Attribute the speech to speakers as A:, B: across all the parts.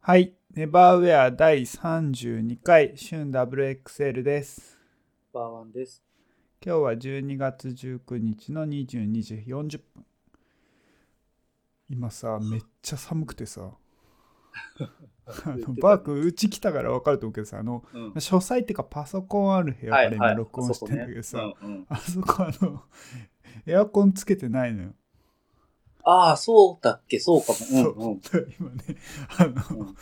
A: はい。ネバーウェア第32回、旬 WXL です。
B: バーワンです。
A: 今日は12月19日の22時40分。今さ、めっちゃ寒くて さ、あのバーク、うち来たから分かると思うけどさ、あの、
B: うん、
A: 書斎っていうかパソコンある部屋から今録音してんだけど
B: あそ
A: さ、
B: こねうんうん
A: あそこあの、エアコンつけてないのよ。
B: ああ、そうだっけ、そうか
A: そう
B: も。うん
A: 今ね、あ
B: う
A: の
B: ん、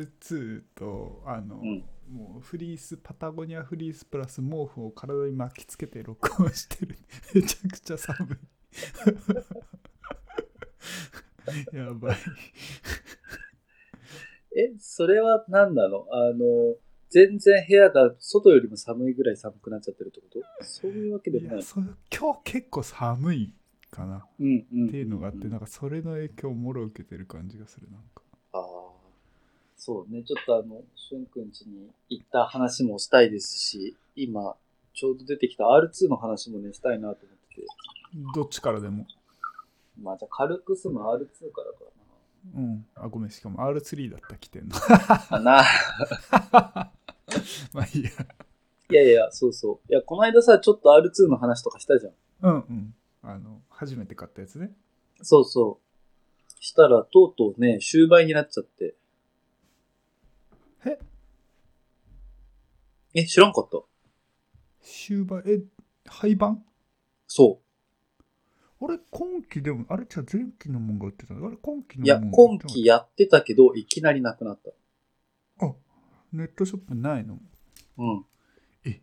A: R2 と、あの、
B: うん。
A: もうフリースパタゴニアフリースプラス毛布を体に巻きつけて録音してるめちゃくちゃ寒いやばい
B: え、それは何なのあの、全然部屋が外よりも寒いぐらい寒くなっちゃってるってことそういうわけで
A: い
B: もな
A: や
B: い。
A: そう今日結構寒いかなっ
B: うんうん。
A: ていうのがあって
B: うん
A: なんかそれの影響をもろ受けてる感じがするなんか
B: ああ。そうね、ちょっとあの、しゅんくん家に行った話もしたいですし、今、ちょうど出てきた R2 の話もね、したいなと思ってて。
A: どっちからでも
B: まあ、じゃあ軽く済む R2 からかな。
A: うんあごめんしかも R3 だった来てんの
B: かな。
A: まあいいや
B: いやいや、そうそう。いや、この間さ、ちょっと R2 の話とかしたじゃん。
A: うんうんあの初めて買ったやつね
B: そうそう。したら、とうとうね、終売になっちゃって。
A: え
B: え、知らんかった。
A: 終盤え廃盤
B: そ
A: あれ今期でも、あれじゃあ前期のもんが売ってたのあれ今期
B: う。
A: の
B: いや、
A: もん
B: 今
A: が売ってなかった
B: 期やってたけど、いきなりなくなった。
A: あ、ネットショップないの
B: うん。
A: へ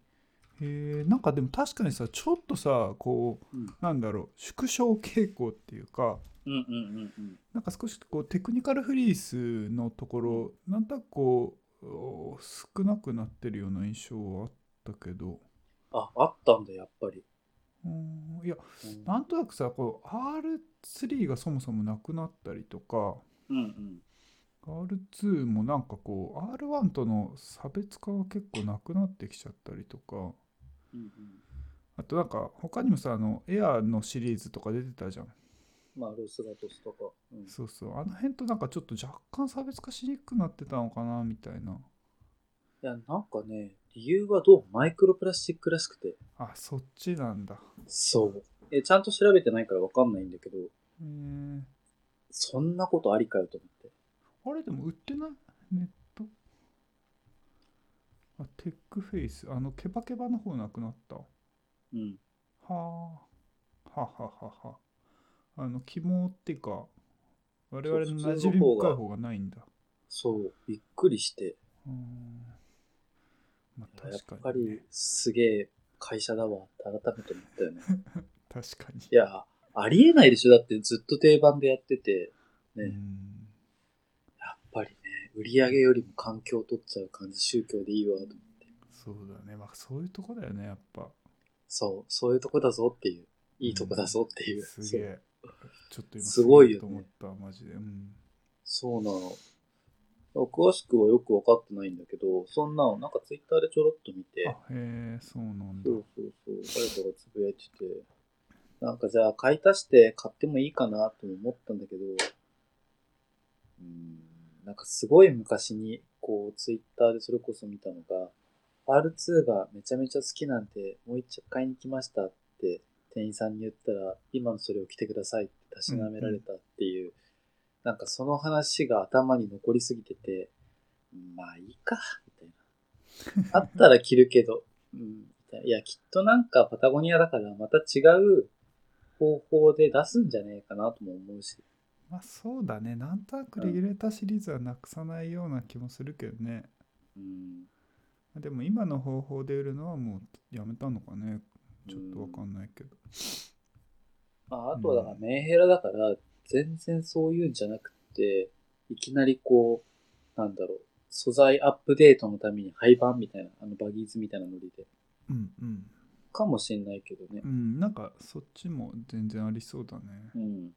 A: え、なんかでも確かにさ、ちょっとさ、こう、
B: うん
A: なんだろう、縮小傾向っていうか、
B: うんうんうんうん。
A: なんか少しこうテクニカルフリースのところ、なんとなくこう、お少なくなってるような印象はあったけど、
B: あ、あったんだ、やっぱり。
A: うーんいや、
B: うん
A: なんとなくさ、こう、R3 がそもそもなくなったりとか、
B: うんうん。
A: R2 もなんかこう R1 との差別化が結構なくなってきちゃったりとか
B: うんうん
A: あとなんか他にもさあのエアーのシリーズとか出てたじゃん
B: まあ、ロスラトスとか。うん
A: そうそうあの辺となんかちょっと若干差別化しにくくなってたのかなみたいない
B: や、なんかね、理由はどうもマイクロプラスチックらしくて。
A: あそっちなんだ
B: そう。え、ちゃんと調べてないからわかんないんだけど、
A: えー、
B: そんなことありかよと思って。
A: あれでも売ってないネットあテックフェイスあのケバケバの方なくなった
B: うん。
A: はあ、はははは。あの、肝っていうか、我々の馴染み深い方がないんだ。
B: そう。びっくりして。
A: うーん。まあ、
B: やっ
A: 確
B: ぱ
A: かにね、
B: りすげえ会社だわって改めて思ったよね。
A: 確かに。
B: いや、ありえないでしょ。だってずっと定番でやってて、ね、
A: う
B: やっ
A: ん。
B: ぱりね、売り上げよりも環境を取っちゃう感じ、宗教でいいわと思って。
A: そうだね。まあ、そういうとこだよね、やっぱ。
B: そう、そういうとこだぞっていう、いいとこだぞっていう。
A: すげ
B: そう
A: え。ちょっと今、
B: すごいよね
A: と思った、マジで。うん。
B: そうなの。詳しくはよく分かってないんだけど、そんなの、なんかツイッターでちょろっと見て、
A: あ、へえ、そうなんだ
B: そ。うそうそう、誰かがつぶやいてて、なんかじゃあ買い足して買ってもいいかなとも思ったんだけど、うーん、なんかすごい昔に、こう、ツイッターでそれこそ見たのが、R2 がめちゃめちゃ好きなんで、もう一着買いに来ましたって、店員さんに言ったら、今のそれを着てくださいってたしなめられたっていう、なんかその話が頭に残りすぎてて、まあいいか、みたいな。あったら着るけど、うん、いや、きっとなんかパタゴニアだから、また違う方法で出すんじゃねえかなとも思うし。
A: まあ、そうだね。なんとなくレギュレーターシリーズはなくさないような気もするけどね。
B: うん、
A: でも、今の方法で売るのはもうやめたのかね。ちょっとわかんないけど。
B: まあ、あとはだからメンヘラだから、全然そういうんじゃなくて、いきなりこう、なんだろう、素材アップデートのために廃盤みたいな、あのバギーズみたいなノリで。
A: うんうん。
B: かもしんないけどね
A: う。ん、なんかそっちも全然ありそうだね。
B: うん。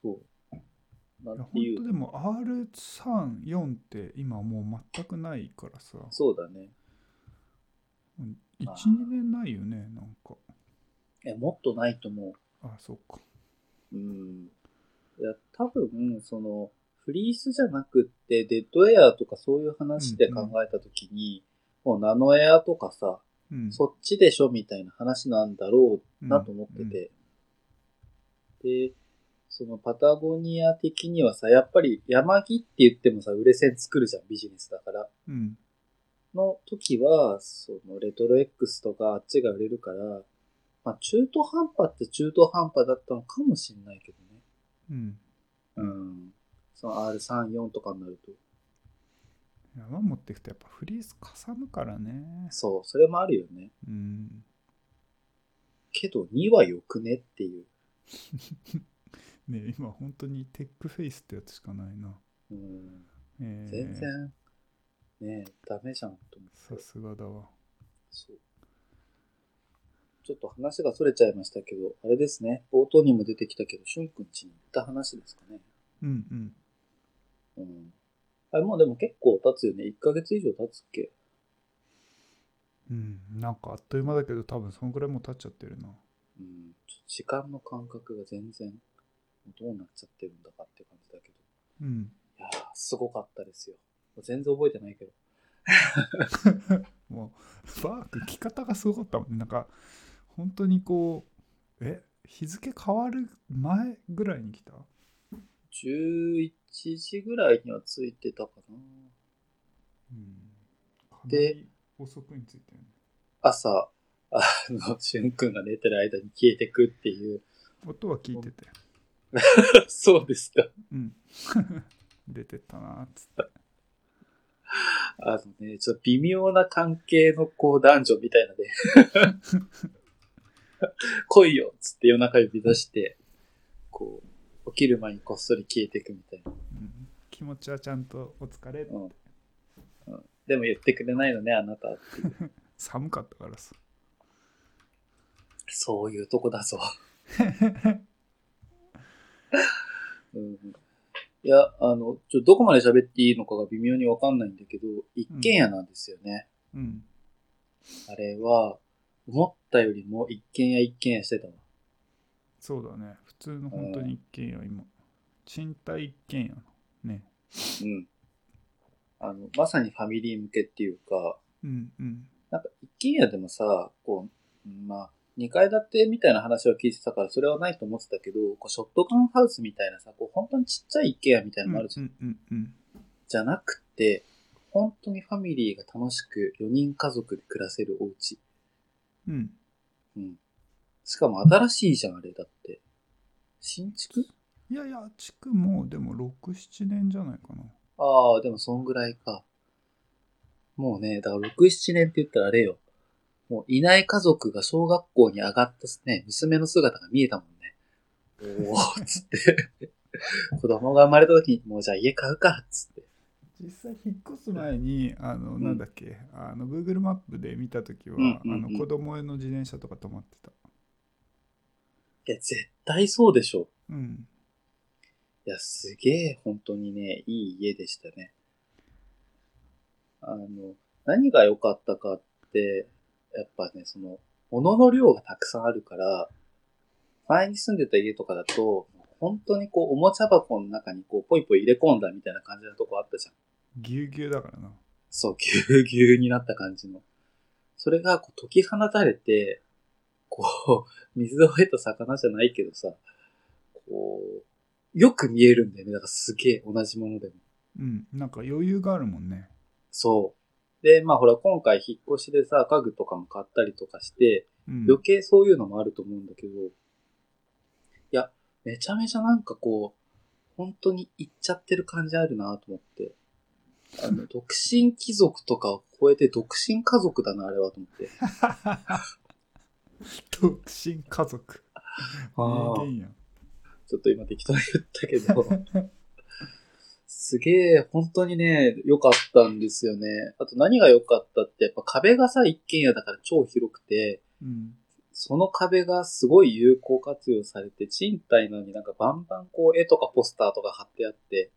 B: そう。
A: や
B: ないんて
A: 本
B: い
A: 当
B: う。
A: でも R3、4って今もう全くないからさ、
B: そうだね。
A: 1、2
B: あー
A: 年ないよね、なんか。
B: え、もっとないと思う。
A: あ、そうか。
B: うん。いや、多分、その、フリースじゃなくって、デッドエアとかそういう話で考えたときに、もうナノエアとかさ、
A: うん
B: そっちでしょみたいな話なんだろうなと思ってて。で、そのパタゴニア的にはさ、やっぱり山木って言ってもさ、売れ線作るじゃん、ビジネスだから。
A: うん
B: の時は、そのレトロ X とかあっちが売れるから、まあ中途半端って中途半端だったのかもしれないけどね。
A: うん
B: うん。その R34 とかになると。
A: 山持ってくとやっぱフリースかさむからね
B: そう、それもあるよね。
A: うん
B: けど2は良くねっていう。
A: ね今本当にテックフェイスってやつしかないな、
B: うん。
A: えー
B: 全然、ねえ、ダメじゃんと思って。
A: さすがだわ
B: そう。ちょっと話が逸れちゃいましたけど、あれですね、冒頭にも出てきたけど、しゅんくんちに行った話ですかね。
A: うんうん
B: うん。あれもうでも結構経つよね。1ヶ月以上経つっけ
A: うんなんかあっという間だけど多分そのぐらいもう経っちゃってるな
B: うん。ちょっと時間の感覚が全然、どうなっちゃってるんだかって感じだけど。
A: うん
B: いやー、すごかったですよ。もう全然覚えてないけど。
A: もう バーク着方がすごかったもんねなんか本当にこうえ日付変わる前ぐらいに来た
B: 11時ぐらいには着いてたかな。
A: うんかな
B: で
A: り遅くについてるね
B: 朝、あの、しゅんくんが寝てる間に消えてくっていう。
A: 音は聞いてて
B: そうですか。
A: うん 出てったなーっつって
B: あのね、ちょっと微妙な関係のこう男女みたいなで、 来いよっつって夜中呼び出して、こう、起きる前にこっそり消えていくみたいな。
A: うん気持ちはちゃんとお疲れ
B: うん。うん、でも言ってくれないのね、あなた。
A: 寒かったからさ
B: そういうとこだぞ。うん、いや、あの、ちょ、どこまで喋っていいのかが微妙にわかんないんだけど、一軒家なんですよね。
A: うん
B: あれは、思ったよりも一軒家一軒家してたわ。
A: そうだね普通の本当に一軒家今賃貸一軒家のね
B: うん。あの、まさにファミリー向けっていうか、
A: うんうん
B: なんか一軒家でもさ、こう、まあ、二階建てみたいな話は聞いてたから、それはないと思ってたけど、こうショットガンハウスみたいなさ、こう本当にちっちゃい一軒家みたいなのもあるじゃん。
A: うんうんうん
B: じゃなくて、本当にファミリーが楽しく4人家族で暮らせるお家。
A: うんうん
B: うん。しかも新しいじゃん、あれだって。新築
A: いやいや地区もでも67年じゃないかな
B: ああ、でもそんぐらいか。もうね、だから6、7年って言ったらあれよ。もういない家族が小学校に上がったね、娘の姿が見えたもんね。おー、つって。 子供が生まれた時に、もうじゃあ家買うか、つって。
A: 実際引っ越す前にあの、
B: ん
A: なんだっけあの Google マップで見た時は、
B: うんうんうん
A: あの子供への自転車とか止まってた
B: いや、絶対そうでしょ。
A: うん
B: いや、すげえ、本当にね、いい家でしたね。あの、何が良かったかって、やっぱね、その、物の量がたくさんあるから、前に住んでた家とかだと、本当にこう、おもちゃ箱の中にこう、ポイポイ入れ込んだみたいな感じのとこあったじゃん。
A: ぎゅうぎゅうだからな
B: そう、ぎゅう ぎゅうになった感じの。それが、こう、解き放たれて、こう、 水を得た魚じゃないけどさ、こう、よく見えるんだよね。だからすげえ、同じものでも。
A: うんなんか余裕があるもんね
B: そう。で、まあほら、今回引っ越しでさ、家具とかも買ったりとかして、
A: うん
B: 余計そういうのもあると思うんだけど、いや、めちゃめちゃなんかこう、本当に行っちゃってる感じあるなと思って。あの、独身貴族とかを超えて独身家族だな、あれはと思って。
A: 独身家族名言やん
B: ちょっと今適当に言ったけど。 すげえ、本当にね、良かったんですよね。あと何が良かったって、やっぱ壁がさ、一軒家だから超広くて、
A: うん
B: その壁がすごい有効活用されて、賃貸なのになんかバンバンこう絵とかポスターとか貼ってあって、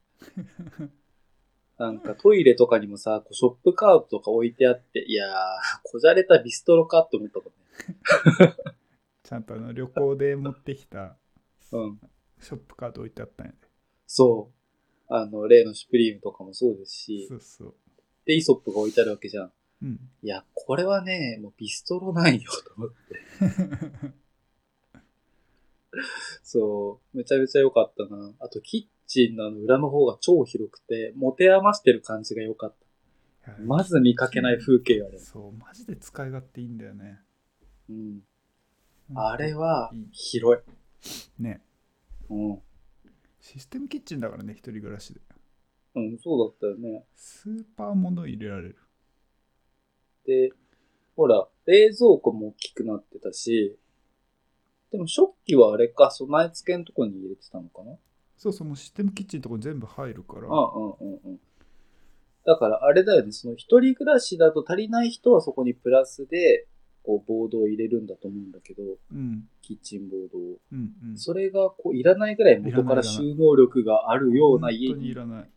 B: なんかトイレとかにもさ、こうショップカードとか置いてあって、いやー、こじゃれたビストロかって思ったもんね。
A: ちゃんとあの旅行で持ってきた
B: うん。
A: ショップカード置いてあったんやで
B: そう。あの、例のシュプリームとかもそうですし
A: そ、うそう。
B: で、イソップが置いてあるわけじゃん。
A: うん。
B: いや、これはね、もうビストロなんよ、と思って。そう、めちゃめちゃ良かったな。あと、キッチンのあの裏の方が超広くて、持て余してる感じが良かっ
A: いや
B: た。まず見かけない風景がある。
A: そう、マジで使い勝手いいんだよね。
B: うん。
A: うん
B: あれは、広い。
A: ね、
B: うん。
A: システムキッチンだからね、一人暮らしで。
B: うん、そうだったよね。
A: スーパーもの入れられる。
B: で、ほら、冷蔵庫も大きくなってたし、でも食器はあれか、備え付けのとこに入れてたのかな
A: そうそう、もうシステムキッチンとこ全部入るから。
B: うんうんうんうん。だからあれだよね、その一人暮らしだと足りない人はそこにプラスで、こうボードを入れるんだと思うんだけど、
A: うん、
B: キッチンボードを。
A: うん、うん。
B: それがこういらないぐらい元から収納力があるような家
A: 本当にい
B: に
A: らない。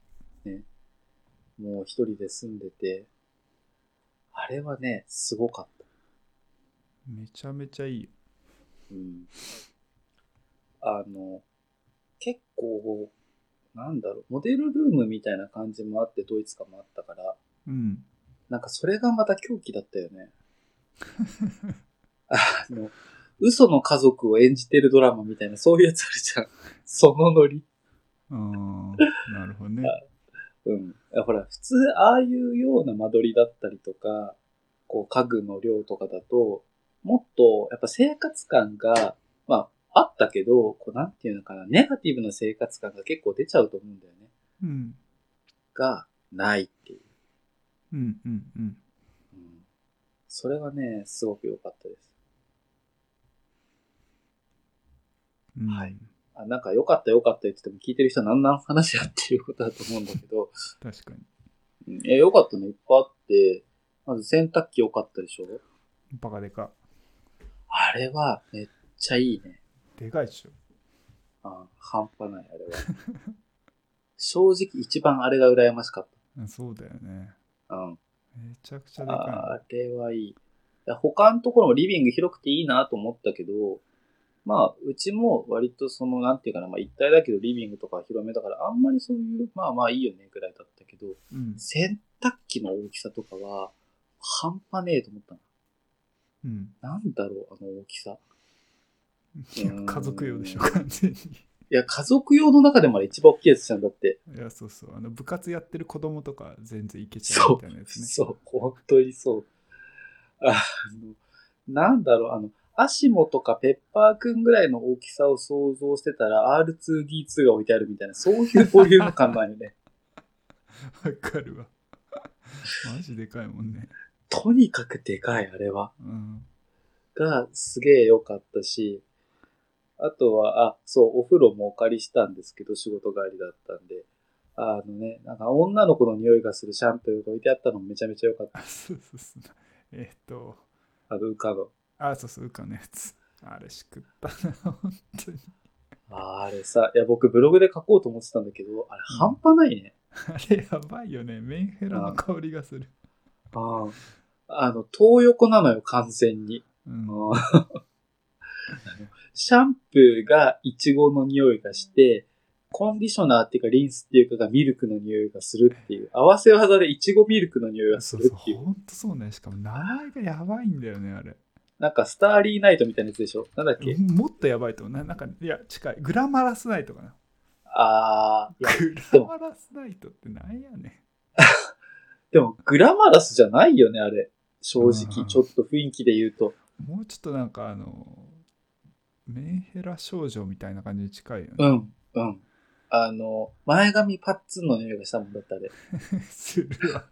B: もう一人で住んでて、あれはね、すごかった。
A: めちゃめちゃいいよ。
B: うん。あの、結構、なんだろう、モデルルームみたいな感じもあって、ドイツ化もあったから、
A: うん。
B: なんかそれがまた狂気だったよね。 あの、嘘の家族を演じてるドラマみたいな、そういうやつあるじゃん。そのノリ。
A: ああ、 なるほどね。
B: うん。ほら、普通、ああいうような間取りだったりとか、こう、家具の量とかだと、もっと、やっぱ生活感が、まあ、あったけど、こう、なんていうのかな、ネガティブな生活感が結構出ちゃうと思うんだよね。
A: うん、
B: が、ないっていう。
A: うん、うん、うん。
B: うん。それがね、すごく良かったです。
A: うん
B: はい。あなんか良かった良かった言ってても聞いてる人は何なん話やっていうことだと思うんだけど、
A: 確かに。
B: うんえ、良かったのいっぱいあって、まず洗濯機良かったでしょ
A: バカでか。
B: あれはめっちゃいいね。
A: でかいでしょ。
B: あ半端ない、あれは。正直一番あれが羨ましかっ
A: うんそうだよね。
B: た。うん。
A: めちゃくちゃでか
B: あれはいい。いや他のところもリビング広くていいなと思ったけど、まあ、うちも割とその、なんていうかな、まあ一体だけどリビングとか広めだから、あんまりそういう、まあまあいいよねぐらいだったけど、
A: い。うん。
B: 洗濯機の大きさとかは、半端ねえと思ったの。
A: うん。
B: なんだろう、あの大きさ。
A: いや
B: うん
A: 家族用でしょ、完全に。
B: いや、家族用の中でもあれ一番大きいやつじゃんだって。
A: いや、そうそう。あの部活やってる子供とか全然いけちゃ
B: そうう
A: みたいなやつね。
B: そう、本当にそう。あの、なんだろう、あの、アシモとかペッパーくんぐらいの大きさを想像してたら R2D2 が置いてあるみたいな、そういうボリューム感ないよね。
A: わかるわ。マジでかいもんね。
B: とにかくでかい、あれは。
A: うん。
B: がすげえ良かったし、あとは、あ、そう、お風呂もお借りしたんですけど、仕事帰りだったんで、あのね、なんか女の子の匂いがするシャンプーが置いてあったのもめちゃめちゃ良かった。
A: あ、そうそうそう。えーっと、
B: あの、ウカの。
A: あ、そうそう、うかのやつ。あれしくったな、本当に。
B: ああれさ、いや、僕ブログで書こうと思ってたんだけど、あれ半端ないね。
A: あれやばいよね。メンヘラの香りがする。
B: あーあの、東横なのよ、完全に。
A: うん。
B: あーシャンプーがイチゴの匂いがして、コンディショナーっていうかリンスっていうかがミルクの匂いがするっていう、合わせ技でイチゴミルクの匂いがす
A: そう
B: る
A: そう、
B: っていう、
A: ほんとそうね。しかも名前がやばいんだよね、あれ。
B: なんかスターリーナイトみたいなやつでしょなんだっけ、
A: もっとやばいと思う。ななんか、いや、近い。グラマラスナイトかな。
B: ああ、いや
A: グラマラスナイトってなんやね
B: でもグラマラスじゃないよね、あれ。正
A: う
B: 直、
A: ん
B: ちょっと雰囲気で言うと。
A: ん。もうちょっとなんかあの、メンヘラ少女みたいな感じに近いよね。
B: うん、うん。あの、前髪パッツンの匂いがしたもんだった、あ れ。
A: するわ。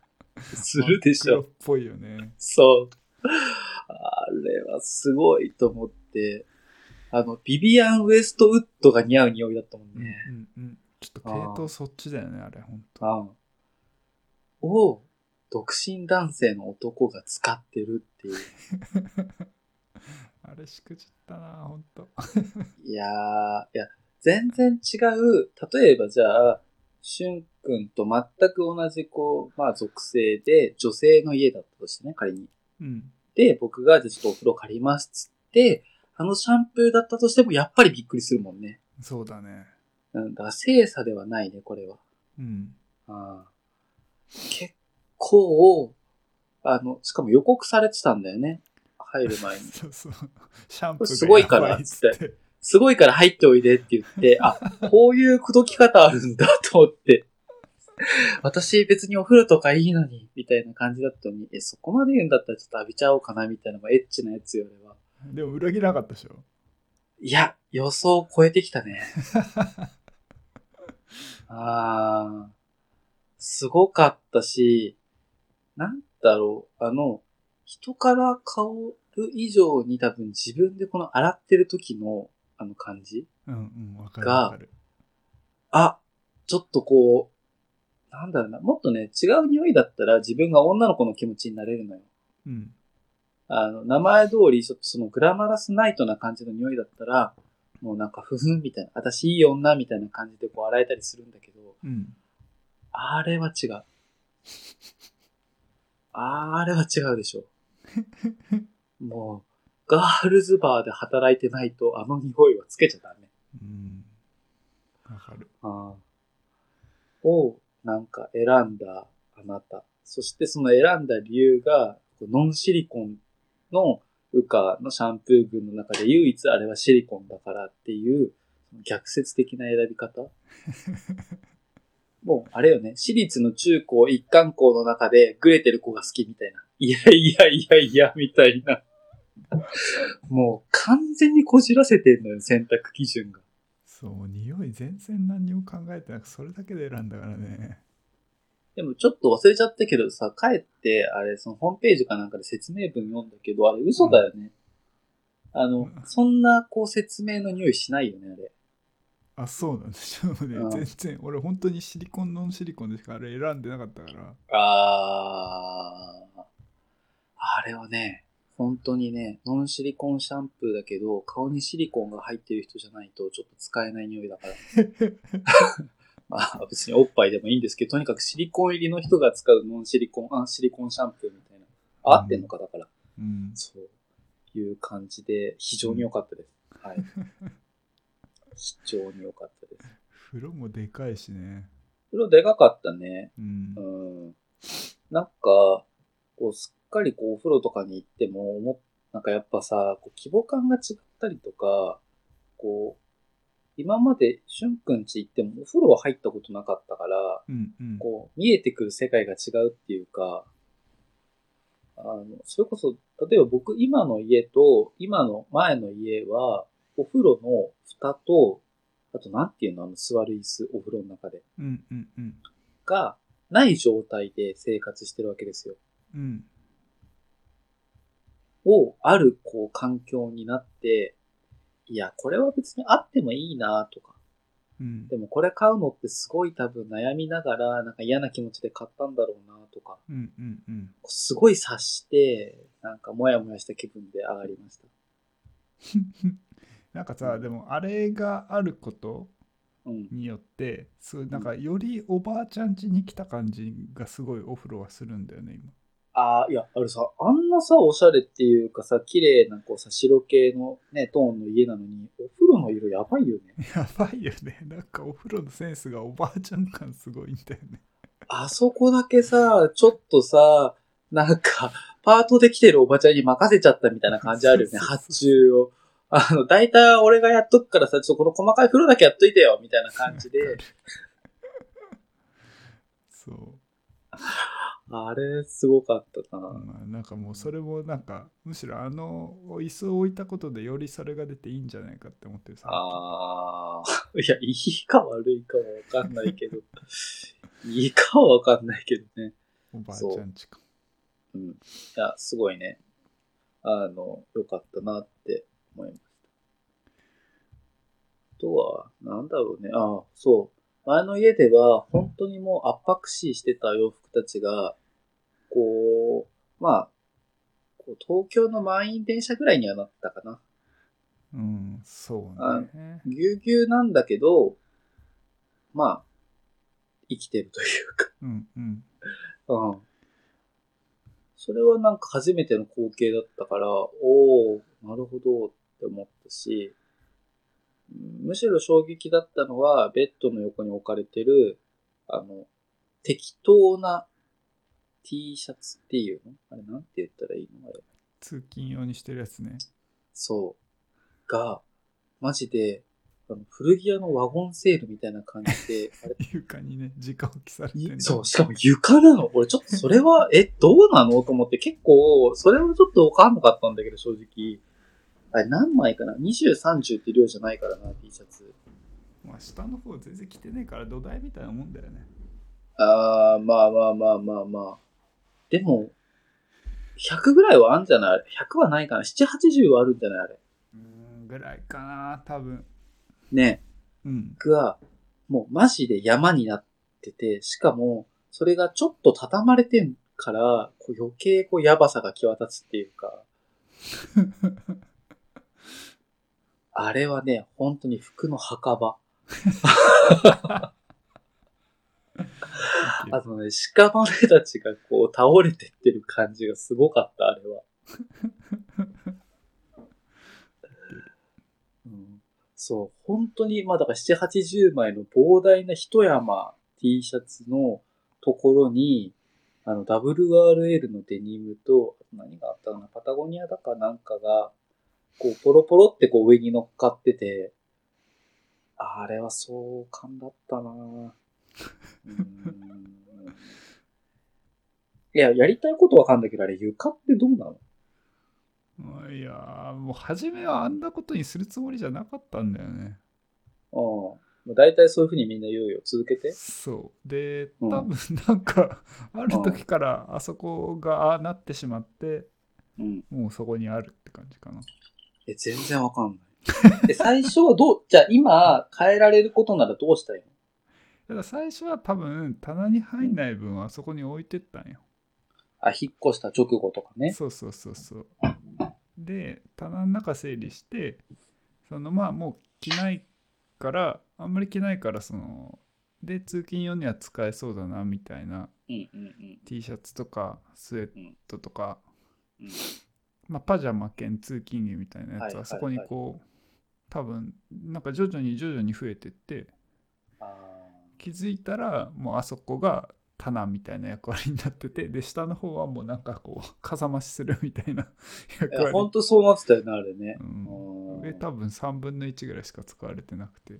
B: するでし
A: 真っ
B: ょ
A: 黒っぽいよね。
B: そう。あれはすごいと思って、あの、ビビアン・ウエストウッドが似合う匂いだったもん
A: うん
B: ね。
A: うんうん。ちょっと系統そっちだよね、あれ、ほんと。
B: うん。を、独身男性の男が使ってるっていう。
A: あれしくじったな、ほんと。
B: いやー、いや、全然違う。例えばじゃあ、しゅんくんと全く同じ、こう、まあ属性で、女性の家だったとしてね、仮に。
A: うん。
B: で、僕が、じゃあちょっとお風呂借りますっつって、あのシャンプーだったとしても、やっぱりびっくりするもんね。
A: そうだね。
B: うん、だから精査ではないね、これは。
A: うん。
B: うん結構、あの、しかも予告されてたんだよね。入る 前に。
A: そうそう。シャンプーが
B: すごいから
A: やばっつって。
B: すごいから入っておいでって言って、あ、こういう口説き方あるんだと思って。私別にお風呂とかいいのに、みたいな感じだったのに、え、そこまで言うんだったらちょっと浴びちゃおうかな、みたいな、まあエッチなやつよりは。
A: でも裏切らなかったでしょ。
B: いや、予想を超えてきたね。ああ、すごかったし、なんだろう、あの、人から香る以上に多分自分でこの洗ってる時のあの感じ
A: うんうん、わかる
B: が
A: わかる。
B: あ、ちょっとこう、なんだろうな、もっとね、違う匂いだったら自分が女の子の気持ちになれるのよ。
A: うん。
B: あの、名前通り、ちょっとそのグラマラスナイトな感じの匂いだったら、もうなんか、ふふんみたいな、私いい女みたいな感じでこう洗えたりするんだけど、
A: うん。
B: あれは違う。あれは違うでしょ。もう、ガールズバーで働いてないと、あの匂いはつけちゃダメ。
A: うん。わかる。
B: あーを、なんか選んだあなた。そしてその選んだ理由が、こうノンシリコンのウカのシャンプー群の中で唯一あれはシリコンだからっていう、逆説的な選び方もう、あれよね、私立の中高一貫校の中でグレてる子が好きみたいな。いやいやいやいや、みたいな。もう完全にこじらせてんのよ、選択基準が。
A: そう、匂い全然何にも考えてなく、それだけで選んだからね。
B: でもちょっと忘れちゃったけどさ、帰って、あれ、そのホームページかなんかで説明文読んだけど、あれ嘘だよね。あ
A: う
B: の、
A: ん
B: そんなこう説明の匂いしないよね、あれ。
A: あ、そうなんですよ。ね
B: うん、
A: 全然、俺本当にシリコン、ノンシリコンでしかあれ選んでなかったから。
B: あー。あれはね、本当にね、ノンシリコンシャンプーだけど、顔にシリコンが入ってる人じゃないとちょっと使えない匂いだから。 まあ別におっぱいでもいいんですけど、とにかくシリコン入りの人が使うノンシリコン、アンシリコンシャンプーみたいな。あ合ってんのか、だから。
A: うん。
B: そういう感じで、非常に良かったです。はい。非常に良かったです。
A: 風呂もでかいしね。
B: 風呂でかかったね。
A: うん
B: う。ん。なんか、こう、すっかりこう、お風呂とかに行っても、もなんかやっぱさ、こう規模感が違ったりとか、こう、今まで、しゅんくんち行ってもお風呂は入ったことなかったから、
A: うんうん。
B: こう、見えてくる世界が違うっていうか、あの、それこそ、例えば僕、今の家と、今の前の家は、お風呂の蓋と、あと、なんていうの、あの、座る椅子、お風呂の中で、
A: うんうんうん。
B: が、ない状態で生活してるわけですよ。
A: うん。
B: を、ある、こう、環境になって、いや、これは別にあってもいいなとか、
A: うん
B: でもこれ買うのってすごい多分悩みながら、なんか嫌な気持ちで買ったんだろうなとか、
A: うんうんうん。
B: すごい察して、なんかモヤモヤした気分で上がりました。
A: なんかさ、でもあれがあること
B: うん。
A: によって、そうなんかよりおばあちゃん家に来た感じがすごいお風呂はするんだよね、今。
B: ああ、いや、あれさ、あんなさ、おしゃれっていうかさ、綺麗なこうさ、白系のね、トーンの家なのに、お風呂の色やばいよね。
A: やばいよね。なんかお風呂のセンスがおばあちゃん感すごいんだよね。
B: あそこだけさ、ちょっとさ、なんか、パートで来てるおばちゃんに任せちゃったみたいな感じあるよね、
A: そうそうそう
B: 発注を。あの、大体俺がやっとくからさ、ちょっとこの細かい風呂だけやっといてよ、みたいな感じで。
A: わかる。 そう。
B: あれ、すごかったな。
A: まあ、なんかもうそれもなんかむしろあの椅子を置いたことでよりそれが出ていいんじゃないかって思ってるさ
B: ああ、 いや、いいか悪いかはわかんないけど、 いいかはわかんないけどね。
A: おばあちゃんちか
B: うん。いや、すごいね。あの、良かったなって思いました。あとは、なんだろうね。ああ、そう。前の家では、本当にもう圧迫死してた洋服たちが、こう、まあ、こう東京の満員電車ぐらいにはなったかな。
A: うんそうね
B: ぎゅうぎゅうなんだけど、まあ、生きてるという
A: うんうん
B: か、うん。それはなんか初めての光景だったから、おー、なるほどって思ったし、うんむしろ衝撃だったのは、ベッドの横に置かれてる、あの、適当な T シャツっていうのあれなんて言ったらいいのあれ。
A: 通勤用にしてるやつね。
B: そう。が、マジで、あの古着屋のワゴンセールみたいな感じで、あれ
A: 床にね、直置きされてんだ
B: いそう、しかも床なの俺ちょっとそれ は、え、どうなのと思って結構、それはちょっとわかんなかったんだけど、正直。あれ何枚かな ?20、30って量じゃないからな、T シャツ。
A: まあ、下の方全然着てねえから土台みたいなもんだよね。
B: あー、まあまあまあまあまあ。でも、100ぐらいはあるんじゃないあれ ?100 はないかな ?7、80はあるんじゃないあれ。
A: うーん、ぐらいかな、多分。
B: ね。
A: うん。
B: が、もうマジで山になってて、しかも、それがちょっと畳まれてんから、こう余計こうやばさが際立つっていうか、あれはね、本当に服の墓場。あとね、屍たちがこう倒れてってる感じがすごかった、あれは。うん、そう、本当に、まあだから7、80枚の膨大な一山 T シャツのところに、あの、WRL のデニムと、何があったかな、パタゴニアだかなんかが、こう、ポロポロってこう上に乗っかってて、あれは壮観だったなぁ。うーんいや、やりたいことわかんないけど、あれ、床ってどうなの
A: まあいやー、もう初めはあんなことにするつもりじゃなかったんだよね。
B: ああ。まあ大体そういうふうにみんな言うよ。続けて。
A: そう。で、
B: うん
A: 多分なんか、ある時からあそこがああなってしまって、
B: うん。
A: もうそこにあるって感じかな。
B: え、全然わかんない。え、最初はどう、じゃあ今変えられることならどうしたいの
A: ただ最初は多分棚に入んない分あそこに置いてったんよ。
B: あ、引っ越した直後とかね。
A: そうそうそうそう。で棚の中整理してそのまあもう着ないからあんまり着ないからそので通勤用には使えそうだなみたいな
B: うんうんうん。
A: T シャツとかスウェットとか、
B: うん
A: まあ、パジャマ兼通勤着みたいなや
B: はい
A: つ
B: はい
A: はそこにこう多分なんか徐々に徐々に増えてって
B: あ
A: 気づいたらもうあそこが棚みたいな役割になっててで下の方はもうなんかこうかさ増しするみたいな 役
B: ーいや
A: 割
B: ほんとそうなってたよね、あれね
A: う。ん、
B: うん
A: 上多分3分の1ぐらいしか使われてなくて
B: い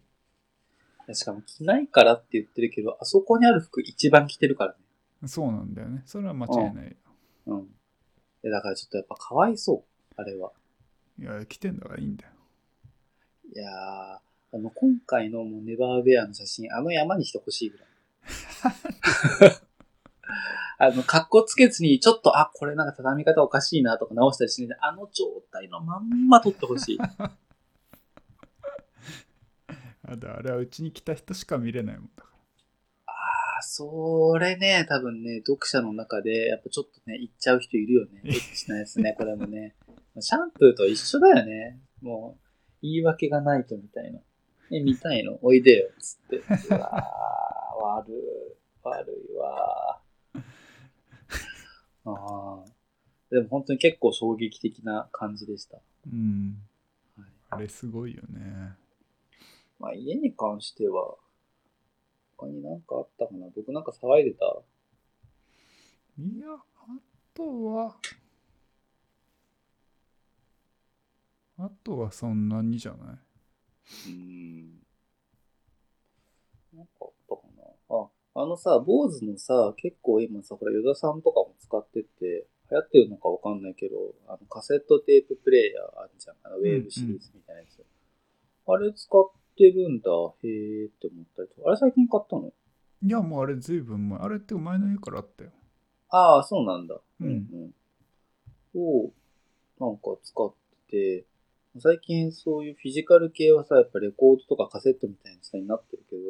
B: やしかも着ないからって言ってるけど、あそこにある服一番着てるからね。
A: そうなんだよねそれは間違いない、
B: うん。いや、だからちょっとやっぱかわいそう。あれは。
A: いや来てんだからいいんだよ
B: いやー、あの、今回のもうネバーウェアの写真、あの山にしてほしいぐらい。あの、格好つけずに、ちょっと、あ、これなんか畳み方おかしいなとか直したりしないで、あの状態のまんま撮ってほしい。
A: あだあれはうちに来た人しか見れないもんだか
B: あ、それね、多分ね、読者の中で、やっぱちょっとね、行っちゃう人いるよね。エッチなやつね、これもね。シャンプーと一緒だよね。もう、言い訳がないとみたいな。え、見たいのおいでよ、つって。うわー、悪い、悪いわー。あーでも本当に結構衝撃的な感じでした。
A: らうん
B: はい
A: あれすごいよね
B: まあ家に関しては、他になんかあったかな僕なんか騒いでた
A: いやあとはあとはそんなにじゃない
B: うんなんかあったかな。あ、あのさ、坊主のさ、結構今さ、ほら、ヨダさんとかも使ってて、流行ってるのかわかんないけど、あのカセットテーププレイヤーあるじゃん。あのウェーブシリーズみたいなやつ。あれ使ってるんだ。へーって思ったりとか。あれ最近買ったの
A: いやもうあれずいぶん前あれってか前の家からあったよ
B: ああ、そうなんだ。
A: うん
B: うん。を、なんか使ってて、最近そういうフィジカル系はさ、やっぱレコードとかカセットみたいな下になってるけど、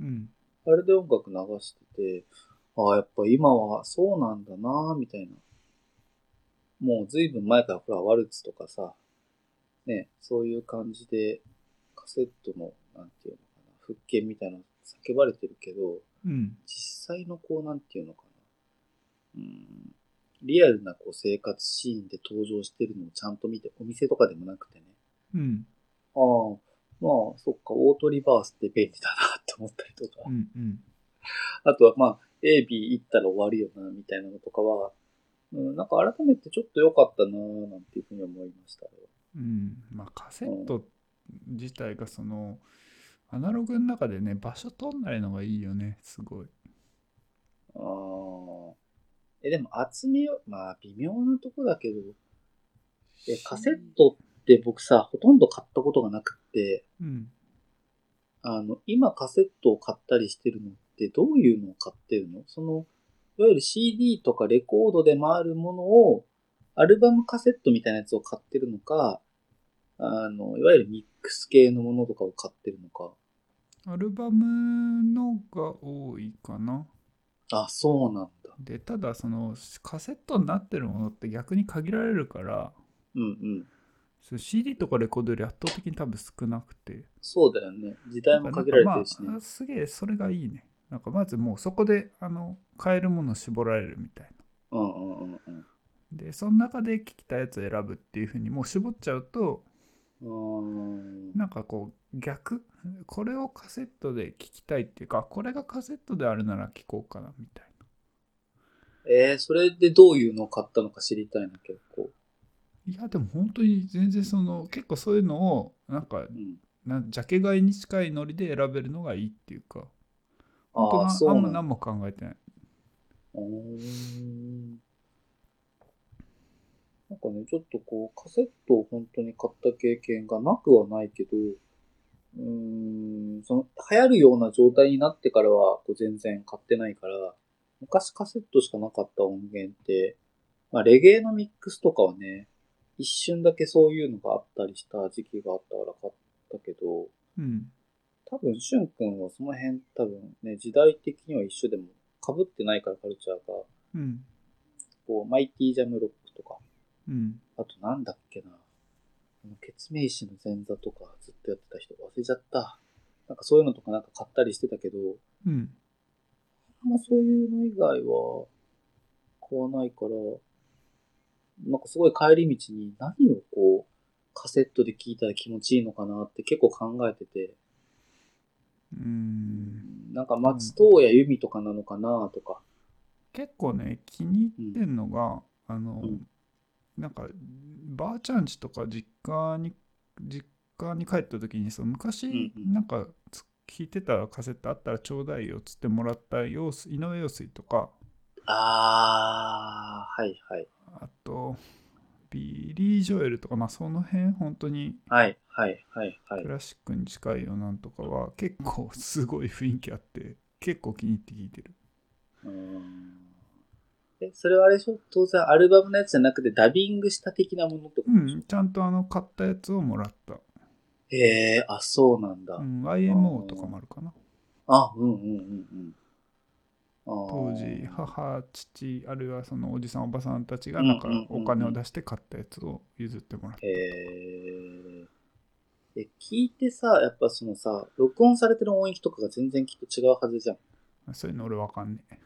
A: うん
B: あれで音楽流してて、ああ、やっぱ今はそうなんだなぁ、みたいな。もう随分前からほら、ワルツとかさ、ね、そういう感じで、カセットの、なんていうのかな、復権みたいなの叫ばれてるけど、
A: うん
B: 実際のこう、なんていうのかな、うん、リアルなこう生活シーンで登場してるのをちゃんと見て、お店とかでもなくてね、
A: うん
B: ああ、まあ、そっか、オートリバースって便利だなって思ったりとか
A: う。んうん
B: あとはまあ、A、B 行ったら終わるよな、みたいなのとかは、うん、なんか改めてちょっと良かったな、なんていうふうに思いました。
A: うんまあカセット自体がそのアナログの中でね場所取んないのがいいよねすごい
B: あーえ、でも厚みを、まあ微妙なとこだけど、え、カセットって僕さ、ほとんど買ったことがなくって、
A: うん
B: あの、今カセットを買ったりしてるのってどういうのを買ってるのその、いわゆる CD とかレコードで回るものを、アルバムカセットみたいなやつを買ってるのか、あの、いわゆるミックス系のものとかを買ってるのか。
A: アルバムのが多いかな
B: あ、そうなんだ。
A: でただそのカセットになってるものって逆に限られるから
B: うんうん。
A: その CD とかレコードより圧倒的に多分少なくて
B: そうだよね。時代も限られてるしね。
A: まあ、すげえそれがいいねなんかまずもうそこであの買えるものを絞られるみたいな
B: うんうんうんうん。
A: でその中で聞きたいやつを選ぶっていうふうにもう絞っちゃうと
B: うーん
A: なんかこう逆これをカセットで聞きたいっていうかこれがカセットであるなら聞こうかなみたいな
B: えー、それでどういうのを買ったのか知りたいな、結構。
A: いやでも本当に全然その結構そういうのをなんか
B: うん。
A: なんジャケ買いに近いノリで選べるのがいいっていうか本当
B: ああ、そ
A: なあ
B: うんな
A: ま
B: んだ。
A: 何も考えてないう
B: ーんなんかね、ちょっとこう、カセットを本当に買った経験がなくはないけど、うーん、その、流行るような状態になってからは、こう全然買ってないから、昔カセットしかなかった音源って、まあ、レゲエのミックスとかはね、一瞬だけそういうのがあったりした時期があったから買ったけど、
A: うん
B: 多分、しゅんくんはその辺、多分ね、時代的には一緒でも、被ってないからカルチャーが、
A: うん
B: こう、マイティジャムロックとか、
A: うん
B: あとなんだっけな、あの、ケツメイシの前座とかずっとやってた人忘れちゃった。なんかそういうのとかなんか買ったりしてたけど、
A: うん
B: あんまそういうの以外は買わないから、なんかすごい帰り道に何をこう、カセットで聞いたら気持ちいいのかなって結構考えてて、
A: うん
B: なんか松任谷由実とかなのかなとか、
A: 結構ね気に入ってんのが、あの、
B: うん
A: なんかばあちゃん家とか実家に実家に帰った時にその昔
B: うんうん
A: なんかつ聞いてたカセットあったらちょうだいよっつってもらった用水井上陽水とか
B: あー、はいはい。
A: あとビリー・ジョエルとかまあその辺本当に
B: はいはいはいはい
A: ク。ラシックに近いよなんとかは結構すごい雰囲気あって結構気に入って聞いてる
B: うんえ、それはあれでしょ当然アルバムのやつじゃなくてダビングした的なものってこ
A: う
B: とでしょ、
A: んちゃんとあの買ったやつをもらった、
B: へえ、あ、そうなんだ。
A: うん、YMO とかもあるかな
B: あ、うんうんうんうん。
A: 当時
B: は。
A: 母父あるいはそのおじさんおばさんたちが
B: うん
A: なんか
B: うんうんうん
A: お金を出して買ったやつを譲ってもらった
B: へえ。え、聞いてさ、やっぱそのさ、録音されてる音域とかが全然きっと違うはずじゃん。
A: そういうの俺わかんねえ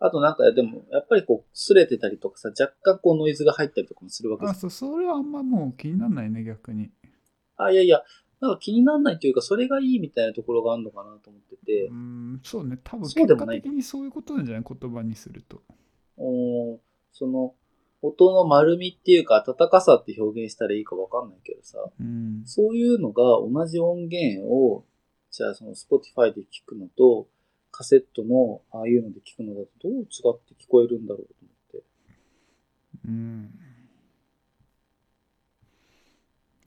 B: あとなんか、でも、やっぱりこう、擦れてたりとかさ、若干こうノイズが入ったりとかもするわけじゃ
A: あ
B: ん。
A: そうそれはあんまもう気にならないね逆に
B: あ、いやいや、なんか気にならないというか、それがいいみたいなところがあるのかなと思ってて。
A: うんそうね多分
B: そう
A: 結
B: でも
A: 果
B: ない
A: 的にそういうことなんじゃない言葉にすると
B: うんその、音の丸みっていうか、温かさって表現したらいいかわかんないけどさ、
A: うん
B: そういうのが同じ音源を、じゃあその Spotify で聞くのと、カセットのああいうので聞くのだとどう違って聞こえるんだろうと思って。
A: うん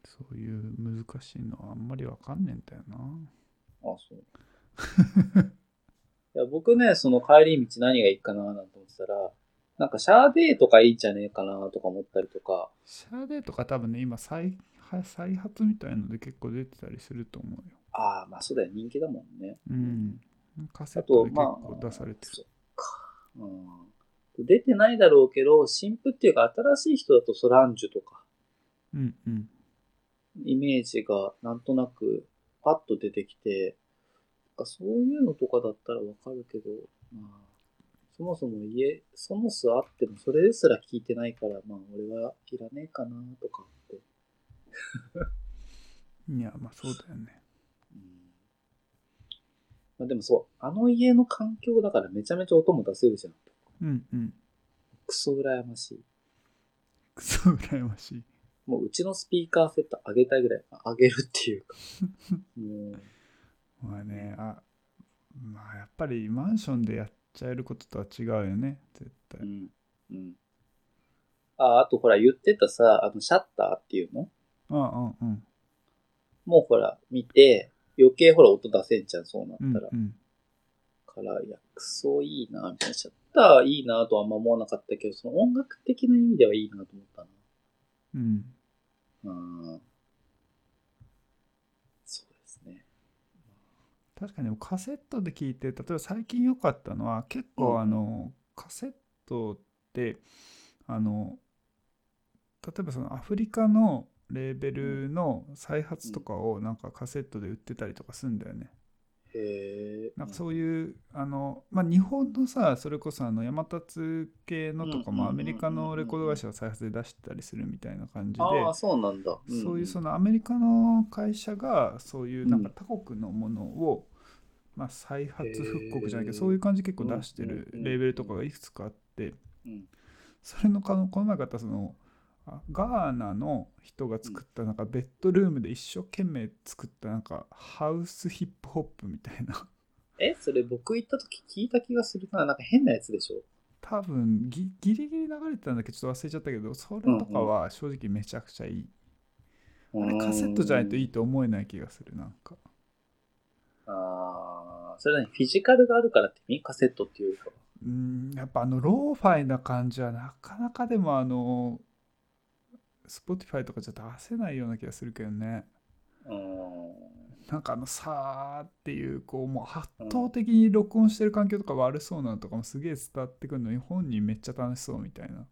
A: そういう難しいのはあんまりわかんねえんだよな
B: ああ、そう。いや僕ね、その帰り道何がいいかななんて思ってたら、なんかシャーデーとかいいんじゃねえかなとか思ったりとか、
A: シャーデーとか多分ね今再は再発みたいので結構出てたりすると思うよ
B: ああ、まあそうだよ、人気だもんね。
A: うん。カセ
B: あ
A: ット
B: と、
A: で結
B: まあ、
A: 構出されてる。
B: そっか。うん。出てないだろうけど、新譜っていうか新しい人だとソランジュとか、
A: うんうん。
B: イメージがなんとなくパッと出てきて、なんかそういうのとかだったらわかるけど、まあ、そもそも家、そもそもあってもそれですら聞いてないから、まあ俺はいらねえかなとかって。
A: いや、まあそうだよね。
B: うんまあでもそう、あの家の環境だからめちゃめちゃ音も出せるじゃん。
A: うんうん。
B: クソ羨ましい。
A: くそ羨ましい。
B: もううちのスピーカーセット上げたいぐらい、上げるっ ていうか。もう、
A: まあね、あ、まあやっぱりマンションでやっちゃえることとは違うよね、絶対
B: う。ん。うん。あ、あとほら言ってたさ、あのシャッターっていうの
A: ああ、うんうん。
B: もうほら見て、余計ほら音出せんじゃん、そうなっ
A: うん
B: たら。
A: うん。
B: から、いや、クソいいな、みたいな。シャッターいいなとはあんま思わなかったけど、その音楽的な意味ではいいなと思ったな。
A: うん。
B: うん。そうですね。
A: 確かにカセットで聞いて例えば最近良かったのは結構あの、カセットってあの例えばそのアフリカのレーベルの再発とかをなんかカセットで売ってたりとかするんだよね。
B: へえ。
A: なんかそういうあの、まあ、日本のさそれこそあの山立系のとか
B: う
A: も
B: ん
A: ア
B: うんうんうんうん
A: メリカのレコード会社が再発で出してたりするみたいな感じで。
B: ああ、そうなんだ。ん
A: そういうそのアメリカの会社がそういうなんか他国のものを、まあ、再発復刻じゃないけど
B: へー
A: そういう感じ結構出してる
B: うんうんうん
A: レーベルとかがいくつかあって
B: うん
A: それのかのこの前方そのあガーナの人が作ったなんかベッドルームで一生懸命作ったなんかハウスヒップホップみたいな
B: え、それ僕行った時聞いた気がするな。なんか変なやつでしょ
A: 多分ギギリギリ流れてたんだけどちょっと忘れちゃったけどそれとかは正直めちゃくちゃいい、あれカセットじゃないとい
B: い。
A: いと思えない気がするなんか
B: ああ、それ何フィジカルがあるからって意味カセットっていうか。
A: うんやっぱあのローファイな感じはなかなかでもあの Spotify とかじゃ出せないような気がするけどね
B: うーん。
A: なんかあのさーっていうこうもう圧倒的に録音してる環境とか悪そうなのとかもすげえ伝わってくるのに本人めっちゃ楽しそうみたいな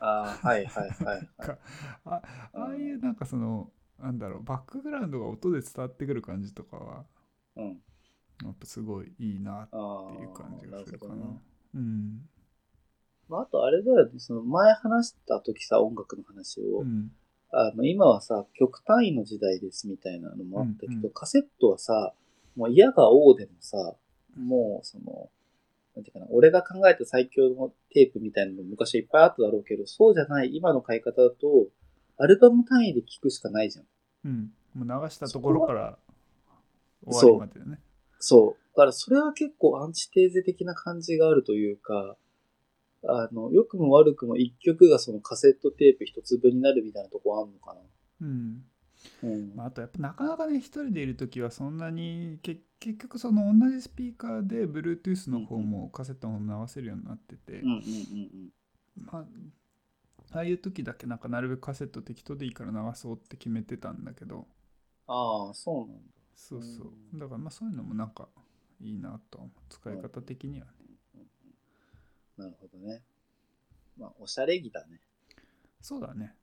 B: ああ、はいはいは い、
A: なん
B: はい。
A: かあああいうなんかそのなんだろうバックグラウンドが音で伝わってくる感じとかは
B: うん。
A: やっぱすごいいいなっ
B: ああ。
A: ていう感じがするかな
B: なほどね
A: うん
B: まあ、あとあれだよね、その前話した時さ、音楽の話を、
A: うん
B: あの、今はさ、極単位の時代ですみたいなのもあったけど、
A: うんうん
B: カセットはさ、もう嫌が王でもさ、もうその、なんていうかな、俺が考えた最強のテープみたいなの昔はいっぱいあっただろうけど、そうじゃない今の買い方だと、アルバム単位で聴くしかないじゃん。
A: うん、もう流したところから
B: そ
A: 終
B: こ
A: わ
B: は
A: りまでね。
B: そう。だからそれは結構アンチテーゼ的な感じがあるというか、あの、良くも悪くも一曲がそのカセットテープ一つ分になるみたいなとこあんのか
A: うん
B: な。うん。
A: まあ、あとやっぱなかなかね一人でいる時はそんなにけ結局その同じスピーカーで Bluetooth の方もカセットも流せるようになってて、
B: うんうんうん
A: まあ、ああいう時だけなんかなるべくカセット適当でいいから流そうって決めてたんだけど
B: ああ、そうなんだ。
A: そうそう
B: う
A: だからまあそういうのもなんかいいなとは思う使い方的にはね
B: なるほどね。まあ、おしゃれ着だね。
A: そうだね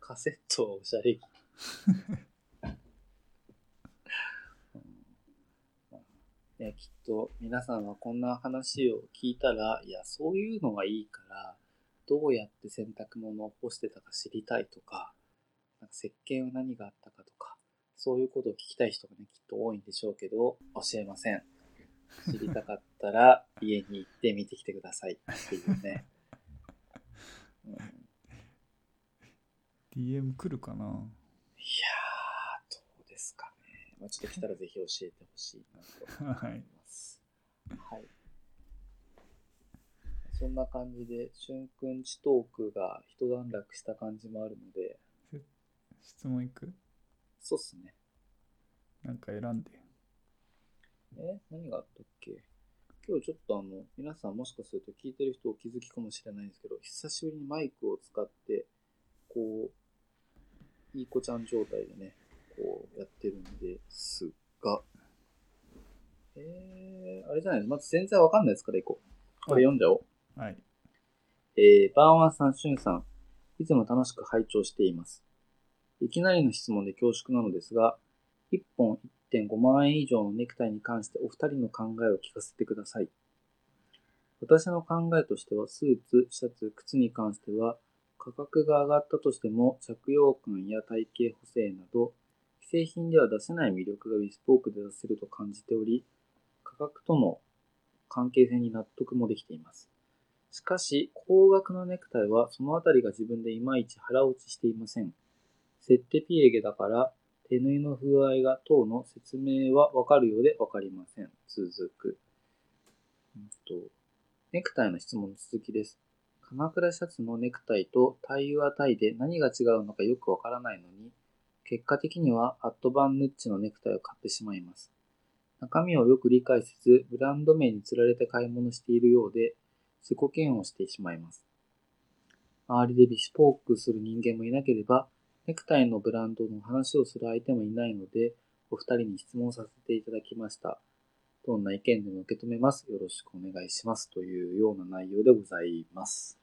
B: カセットはおしゃれ着。うんまあいや、きっと皆さんはこんな話を聞いたら、いや、そういうのがいいから、どうやって洗濯物を干してたか知りたいとか、なんか石鹸は何があったかとか、そういうことを聞きたい人がね、きっと多いんでしょうけど、教えません。知りたかったら、家に行って見てきてくださいっていうね。うん
A: DM 来るかない
B: やー、どうですかね。まあ、ちょっと来たらぜひ教えてほしいなと思います。はい。そんな感じで、しゅんくんちトークが一段落した感じもあるので、
A: 質問いく
B: そうっすね。
A: なんか選んで
B: え、何があったっけ今日ちょっとあの、皆さんもしかすると聞いてる人お気づきかもしれないんですけど、久しぶりにマイクを使って、こう、いい子ちゃん状態でね、こうやってるんですが、えー、あれじゃないまず全然わかんないですから、いこう。これ読んじゃおう。
A: はい
B: えー、バーワンさん、シュンさん、いつも楽しく拝聴しています。いきなりの質問で恐縮なのですが、1本1.5万円以上のネクタイに関してお二人の考えを聞かせてください。私の考えとしては、スーツ、シャツ、靴に関しては、価格が上がったとしても、着用感や体型補正など、既製品では出せない魅力がビスポークで出せると感じており、価格との関係性に納得もできています。しかし、高額のネクタイはそのあたりが自分でいまいち腹落ちしていません。セッテピエゲだから、手縫いの風合いが等の説明はわかるようでわかりません。続く。うんとネクタイの質問の続きです。鎌倉シャツのネクタイとタイユアタイで何が違うのかよくわからないのに、結果的にはアットバンヌッチのネクタイを買ってしまいます。中身をよく理解せず、ブランド名につられて買い物しているようで、自己嫌悪してしまいます。周りでビスポークする人間もいなければ、ネクタイのブランドの話をする相手もいないので、お二人に質問させていただきました。どんな意見でも受け止めます。よろしくお願いします。というような内容でございます。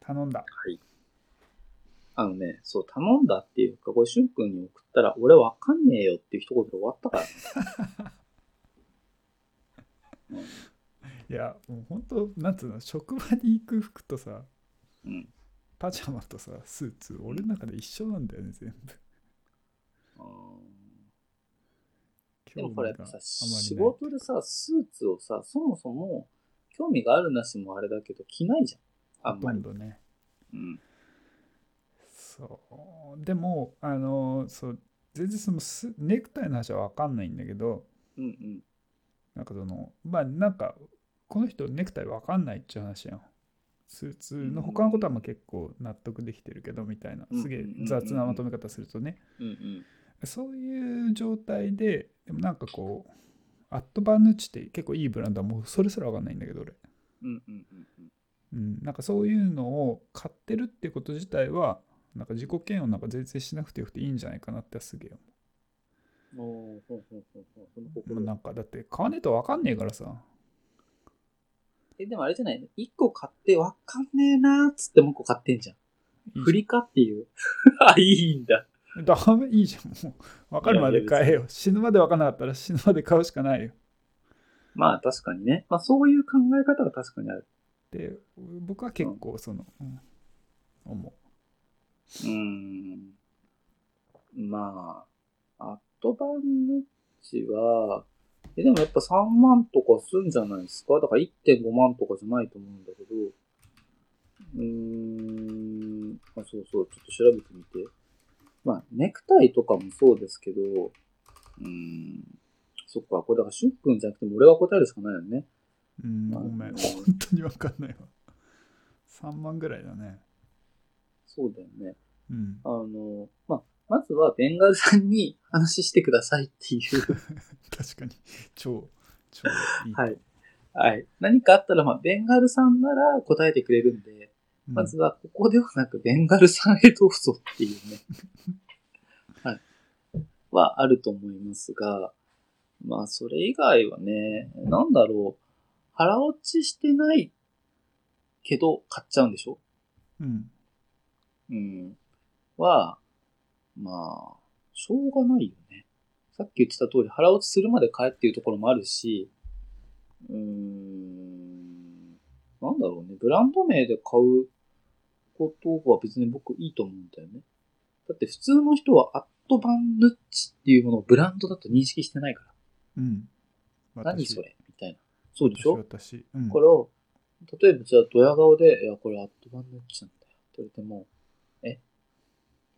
A: 頼んだ。
B: はい。あのね、そう、頼んだっていうか、これ、しゅんくんに送ったら、俺わかんねえよっていう一言で終わったからね。
A: いや、もう本当なんつうの、職場に行く服とさ、
B: うん。
A: パジャマとさ、スーツ、俺の中で一緒なんだよね、全部。
B: あー で
A: 興
B: も
A: 味
B: こ
A: が
B: れ
A: あ
B: やっ
A: ま
B: ぱさ、仕
A: りない。
B: 事でさ、スーツをさ、そもそも、興味があるなしもあれだけど、着ないじゃん。あん
A: ほと
B: まり
A: ん。どね。
B: うん。
A: そう。でも、あの、そう、全然そのスネクタイの話は分かんないんだけど、
B: うんうん。
A: なんかその、まあなんか、この人ネクタイ分かんないっていう話やん。スーツの他のことはまあ結構納得できてるけどみたいな、すげえ雑なまとめ方するとね。
B: うんうん。
A: そういう状態で、でもなんかこう、アットバンヌッチって結構いいブランドはもうそれすらわかんないんだけど俺。
B: うんうんうんうん。
A: うん、なんかそういうのを買ってるってこと自体は、なんか自己嫌悪なんか全然しなくてよくていいんじゃないかなってすげえ思
B: おーほうほうほうほう。その
A: う。も
B: 心
A: うなんかだって買わねえとわかんねえからさ。
B: え、でもあれじゃない一個買ってわかんねえなーっつってもう一個買ってんじゃん。
A: いい
B: 振
A: じ
B: りかっていう。 あ、いいんだ。
A: ゃん ダメいいじゃん。もう分かるまで買えよ。死ぬまで分かんなかったら 死ぬまで買うしかないよ。
B: まあ確かにね。まあそういう考え方は確かにある。
A: で、僕は結構その、うん、思
B: うーん。まあ、アットバンヌッチは、え、でもやっぱ3万とかすんじゃないですかだから1.5万とかじゃないと思うんだけど。うーん。あ、そうそう。ちょっと調べてみて。まあ、ネクタイとかもそうですけど、うーん。そっか。これだから、シュッくんじゃなくても俺が答えるしかないよね。
A: う。うん、
B: まあ
A: ごめん。本当に分かんないわ。3万ぐらいだね。
B: そうだよね。
A: うん
B: あ。の、まあ、まずはベンガルさんに話してくださいっていう。
A: 確かに。超、超いい。
B: はい。はい。何かあったら、まあ、ベンガルさんなら答えてくれるんで、
A: うん
B: まずはここではなくベンガルさんへどうぞっていうね。 はい。はあると思いますが、まあ、それ以外はね、なんだろう。腹落ちしてないけど買っちゃうんでしょ
A: うん。
B: うん。は、まあ、しょうがないよね。さっき言ってた通り、腹落ちするまで買えっていうところもあるし、うーん、なんだろうね。ブランド名で買うことは別に僕いいと思うんだよね。だって普通の人はアットバンヌッチっていうものをブランドだと認識してないか
A: うん。
B: ら。何それみたいな。そうでしょ
A: 私、私。うん。
B: これを、例えばじゃあドヤ顔で、いや、これアットバンヌッチなんだよ。って言われても、え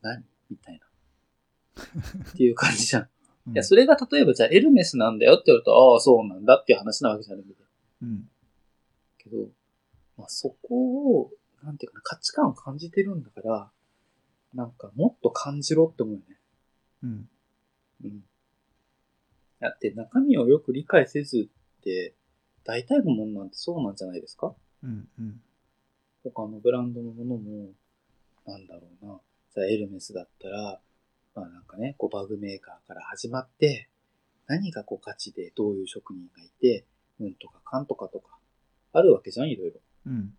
B: 何みたいな。っていう感じじゃん。
A: うん、
B: いや、それが例えばじゃあエルメスなんだよって言われると、ああ、そうなんだっていう話なわけじゃない
A: うん。
B: けど、まあ、そこを、なんていうかな、価値観を感じてるんだから、なんかもっと感じろって思うよね。
A: うん。
B: うん。だって中身をよく理解せずって、大体のものなんてそうなんじゃないですか
A: うん。うん。
B: 他のブランドのものも、なんだろうな、じゃあエルメスだったら、まあなんかね、こうバグメーカーから始まって、何がこう価値でどういう職人がいて、うんとかかんとかとか、あるわけじゃん、いろいろ。
A: うん。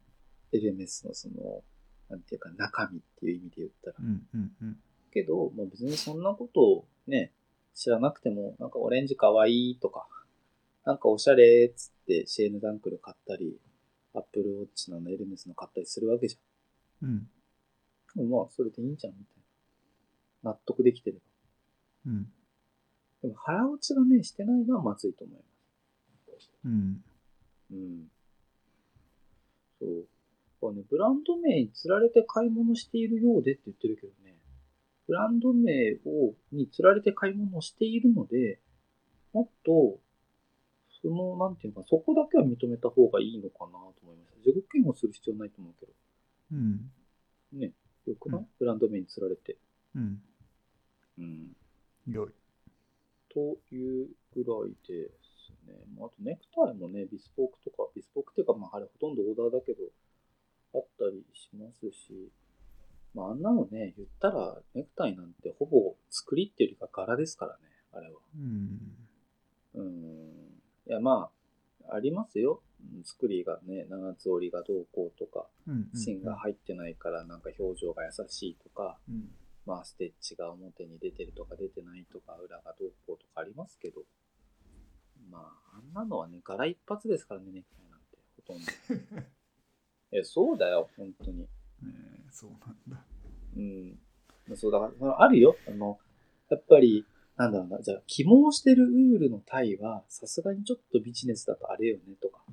B: エルメスのその、なんていうか中身っていう意味で言ったら。
A: うん。うん。うん。
B: けど、まあ別にそんなことをね、知らなくても、なんかオレンジかわいいとか、なんかおしゃれっつってシェーヌダンクル買ったり、アップルウォッチなのエルメスの買ったりするわけじゃん。
A: うん。
B: まあ、それでいいんじゃんみたいな。納得できてれば。
A: うん。
B: でも腹落ちがね、してないのはまずいと思います。
A: うん。
B: うん。そう。これね、ブランド名につられて買い物しているようでって言ってるけどね、ブランド名を、につられて買い物をしているので、もっと、その、なんていうか、そこだけは認めた方がいいのかなと思いました。自己嫌悪する必要ないと思うけど。
A: うん。
B: ね、よくない、
A: うん
B: ブランド名につられて。
A: うん。
B: うん。
A: よい。
B: というぐらいですね。まあ、あとネクタイもね、ビスポークとか、ビスポークっていうか、まあ、あれほとんどオーダーだけど、あったりしますし、まあ、あんなのね、言ったらネクタイなんてほぼ作りっていうよりか柄ですからね、あれは。
A: うん。
B: うーん。いや、まあ、ありますよ。うん作りがね、七つ折りがどうこうとか、
A: うん。
B: 芯が入ってないからなんか表情が優しいとか、
A: うん。
B: まあ、ステッチが表に出てるとか出てないとか、裏がどうこうとかありますけど、まあ、あんなのはね、柄一発ですからね、ネクタイなんて、ほとんど。え、そうだよ、本当に。
A: ねえそうなんだ。
B: うん。そう、だからその、あるよ。あの、やっぱり、なんだろうな、じゃあ、起毛してるウールのタイは、さすがにちょっとビジネスだとあれよね、とか。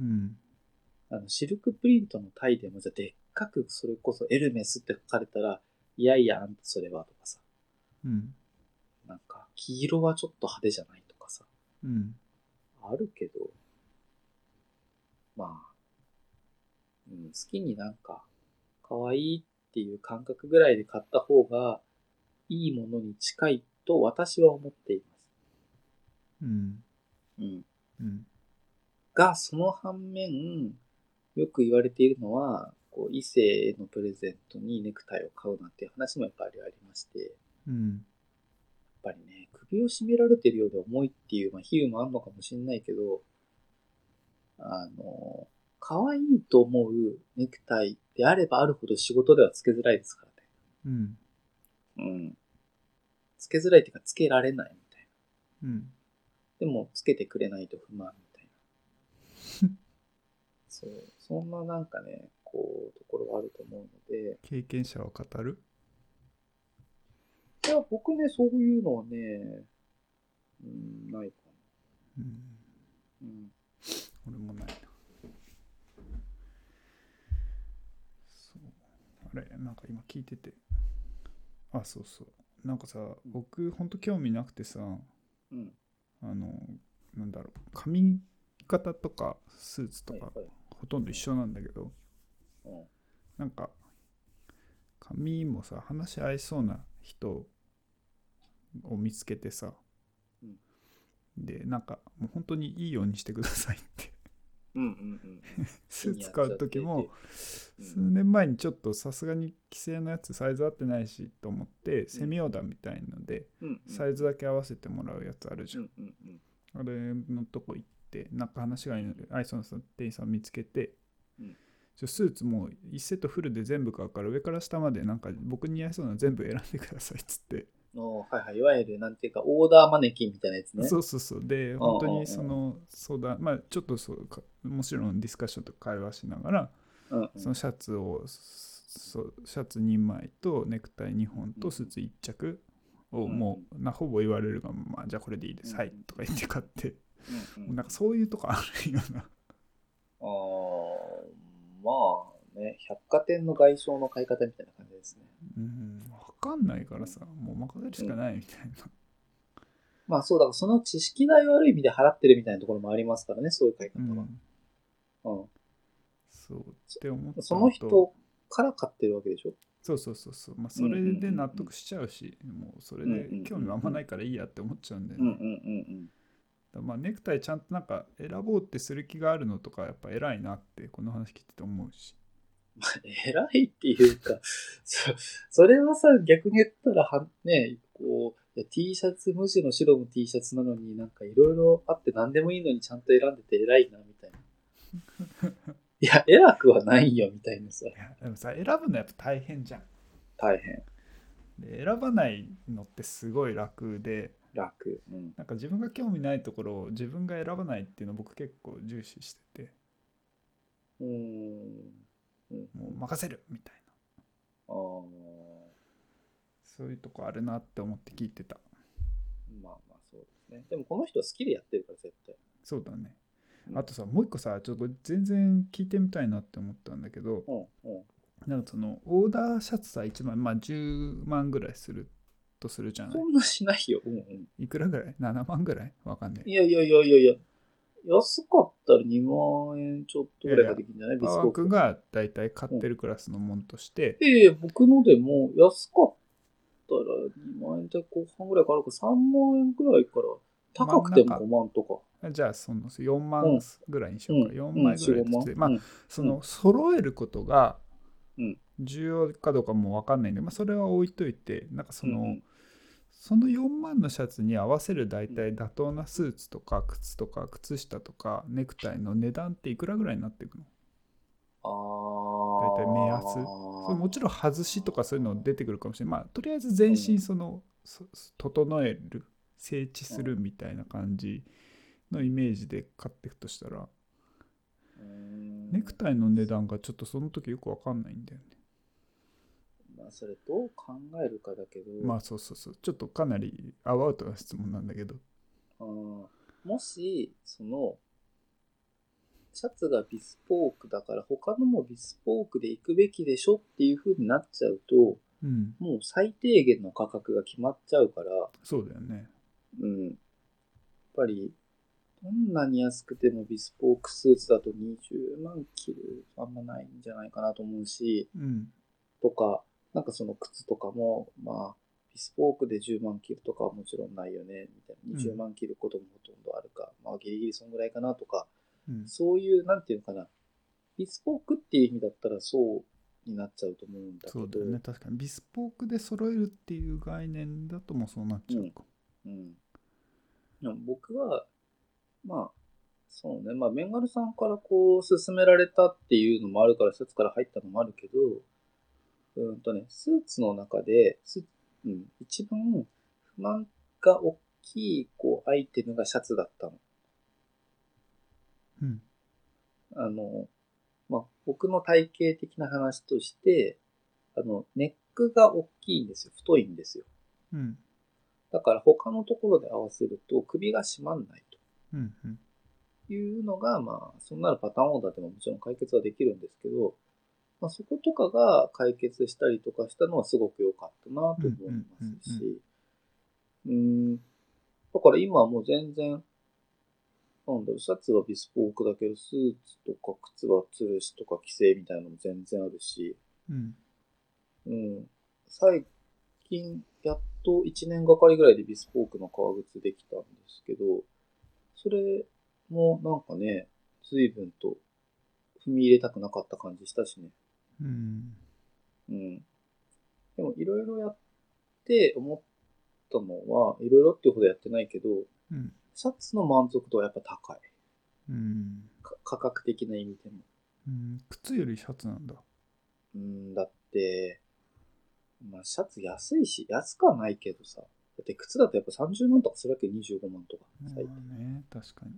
A: うん。
B: あの、シルクプリントのタイでも、じゃあ、でっかく、それこそエルメスって書かれたら、いやいや、あんたそれは、とかさ。
A: うん。
B: なんか、黄色はちょっと派手じゃないとかさ、
A: うん。
B: あるけど、まあ、うん、好きになんか、可愛いっていう感覚ぐらいで買った方が、いいものに近いと私は思っています。
A: うん。
B: うん。
A: うん。
B: が、その反面、よく言われているのは、こう、異性へのプレゼントにネクタイを買うなんていう話もやっぱりありまして、
A: うん。
B: やっぱりね、首を絞められてるようで重いっていう、まあ、比喩もあるのかもしれないけど、あの、可愛いと思うネクタイであればあるほど仕事ではつけづらいですから
A: うん。
B: ね。うん。つけづらいっていうか、つけられないみたいな。
A: うん。
B: でも、つけてくれないと不満みたいな。そう。そんななんかね、こう、ところがあると思うので、
A: 経験者は語る
B: いや、僕ね、そういうのはね、うん、ないか
A: うん。
B: な。うん。
A: 俺もないな。そう。あれ、なんか今聞いてて。あ、そうそう。なんかさ、僕、ほんと興味なくてさ、
B: うん。
A: あの、なんだろう、髪型とかスーツと
B: はい
A: か
B: は、い。
A: ほとんど一緒なんだけど、
B: うん。
A: なんか、髪もさ、話し合いそうな人を見つけてさ、
B: うん
A: で、なんか、もう本当にいいようにしてくださいって。
B: うんうんうん。
A: スーツ買う時も、
B: うん
A: 数年前にちょっとさすがに規制のやつサイズ合ってないしと思ってセミオーダーみたいので
B: うんうん、
A: サイズだけ合わせてもらうやつあるじゃん、
B: うんうん
A: あれのとこ行ってなんか話がアイソンさん店員さん見つけて、
B: うん
A: ちょスーツもう1セットフルで全部買うから上から下までなんか僕に似合いそうなの全部選んでくださいっつって、
B: うん。の、はいはい、いわゆる、なんていうか、オーダーマネキンみたいなやつね。
A: そうそうそうで
B: ん
A: 本当にその相談まあちょっとそうかもちろんディスカッションとか会話しながら
B: うんうん。
A: そのシャツをそうシャツ2枚とネクタイ2本
B: う
A: と
B: ん
A: スーツ1着を
B: うん
A: もうなほぼ言われるがまあじゃあこれでいいです、
B: うん
A: はいとか言って買って
B: うんうん、
A: なんかそういうとこあるような
B: あーまあね、百貨店の外装の買い方みたいな感じですね。
A: うん分かんないからさもう任せるしかないみたいな
B: まあそうだから、その知識代をある意味で払ってるみたいなところもありますからね、そういう買い方
A: うん、
B: は。うん。
A: そうって思った
B: その
A: と
B: 人から買ってるわけでしょ。
A: そうそうそうそうまあそれで納得しちゃうしもうそれで興味あんまないからいいやって思っちゃうんだよ
B: う
A: ね
B: んうんうん
A: だからまあネクタイちゃんとなんか選ぼうってする気があるのとかやっぱ偉いなってこの話聞いてて思うし
B: うん。偉いっていうか、 そそれはさ、逆に言ったらは、ね、こう、いや T シャツ、むしろ白の T シャツなのになんかいろいろあって何でもいいのにちゃんと選んでて偉いな、みたいな。 いや、偉くはないよ、みたいなさ
A: い、やでもさ選ぶのやっぱ大変じゃん
B: 大変、
A: で選ばないのってすごい楽で
B: 楽。うん。
A: なんか自分が興味ないところを自分が選ばないっていうの僕結構重視してて
B: うーん。うん、
A: もう任せるみたいな
B: ああ。
A: そういうとこあるなって思って聞いてた
B: まあまあそうですね。でもこの人は好きでやってるから絶対。
A: そうだね
B: うん
A: あとさもう一個さちょっとこれ全然聞いてみたいなって思ったんだけど
B: うんうん。
A: なんかそのオーダーシャツさ1枚まあ10万ぐらいするとするじゃない
B: そんなしないよ。うんうん。
A: いくらぐらい ?7 万ぐらいわかんない
B: いやいやいやいやいや。安かったら2万円ちょっとぐらいができるんじゃない
A: パ
B: ビス
A: ワ
B: コ
A: ー
B: ー
A: 君
B: ク。
A: が大体買ってるクラスのもんとして、
B: ええ僕のでも安かったら2万円で後半ぐらいからか3万円ぐらいから高くても5万とか。
A: じゃあその4
B: う
A: 万
B: ん
A: ぐらいにし
B: う
A: ようか、
B: ん、
A: 4枚ぐらい
B: うん
A: として、まあ
B: うん
A: その揃えることが
B: うん
A: 重要かどうかもわかんないんで、まあ、それは置いといてなんかその、
B: うんうん
A: その4万のシャツに合わせる大体妥当なスーツとか靴とか靴下とかネクタイの値段っていくらぐらいになっていくの
B: あ
A: 大体目安それもちろん外しとかそういうの出てくるかもしれないまあとりあえず全身その、そ整える整地するみたいな感じのイメージで買っていくとしたら
B: ろん
A: ネクタイの値段がちょっとその時よくわかんないんだよね
B: まあ、それどう考えるかだけど、
A: まあそうそうそうちょっとかなりアバウトな質問なんだけど
B: うんもし、その、シャツがビスポークだから、他のもビスポークで行くべきでしょっていう風になっちゃうと、
A: うん
B: もう最低限の価格が決まっちゃうから、
A: そうだよね
B: うん。やっぱり、どんなに安くてもビスポークスーツだと20万切るあんまないんじゃないかなと思うし、
A: うん
B: とか、なんかその靴とかも、まあ、ビスポークで10万切るとかはもちろんないよね、みたいな。
A: う
B: 20
A: ん
B: 万切ることもほとんどあるか、まあギリギリそんぐらいかなとか、
A: うん
B: そういう、なんていうのかな、ビスポークっていう意味だったらそうになっちゃうと思うんだけ
A: そ
B: ど、
A: うだよね確かにビスポークで揃えるっていう概念だともうそうなっちゃうか、
B: うん。でも僕は、まあ、そうね、まあ、ベンガルさんからこう、勧められたっていうのもあるから、スーツから入ったのもあるけど、うーんとね、スーツの中で、スうん、一番不満が大きい、こう、アイテムがシャツだったの。
A: うん
B: あの、まあ、僕の体型的な話として、あの、ネックが大きいんですよ。太いんですよ。
A: うん
B: だから他のところで合わせると首が締まんないと。
A: うんうん
B: いうのが、まあ、そんなのパターンオーダーでももちろん解決はできるんですけど、まあ、そことかが解決したりとかしたのはすごく良かったなと思いますし、うーん、だから今はもう全然、なんだろう、シャツはビスポークだけど、スーツとか靴は吊るしとか規制みたいなのも全然あるし、
A: うん
B: うん、最近、やっと1年がかりぐらいでビスポークの革靴できたんですけど、それもなんかね、随分と踏み入れたくなかった感じしたしね。
A: うん
B: うん。でもいろいろやって思ったのは、いろいろっていうほどやってないけど、
A: うん
B: シャツの満足度はやっぱ高い。
A: うん
B: か価格的な意味でも。
A: うん靴よりシャツなんだ
B: うん、だって、まあ、シャツ安いし、安くはないけどさ。だって靴だとやっぱ30万とかするわけ25万とか。
A: ま
B: 最低
A: あね確かに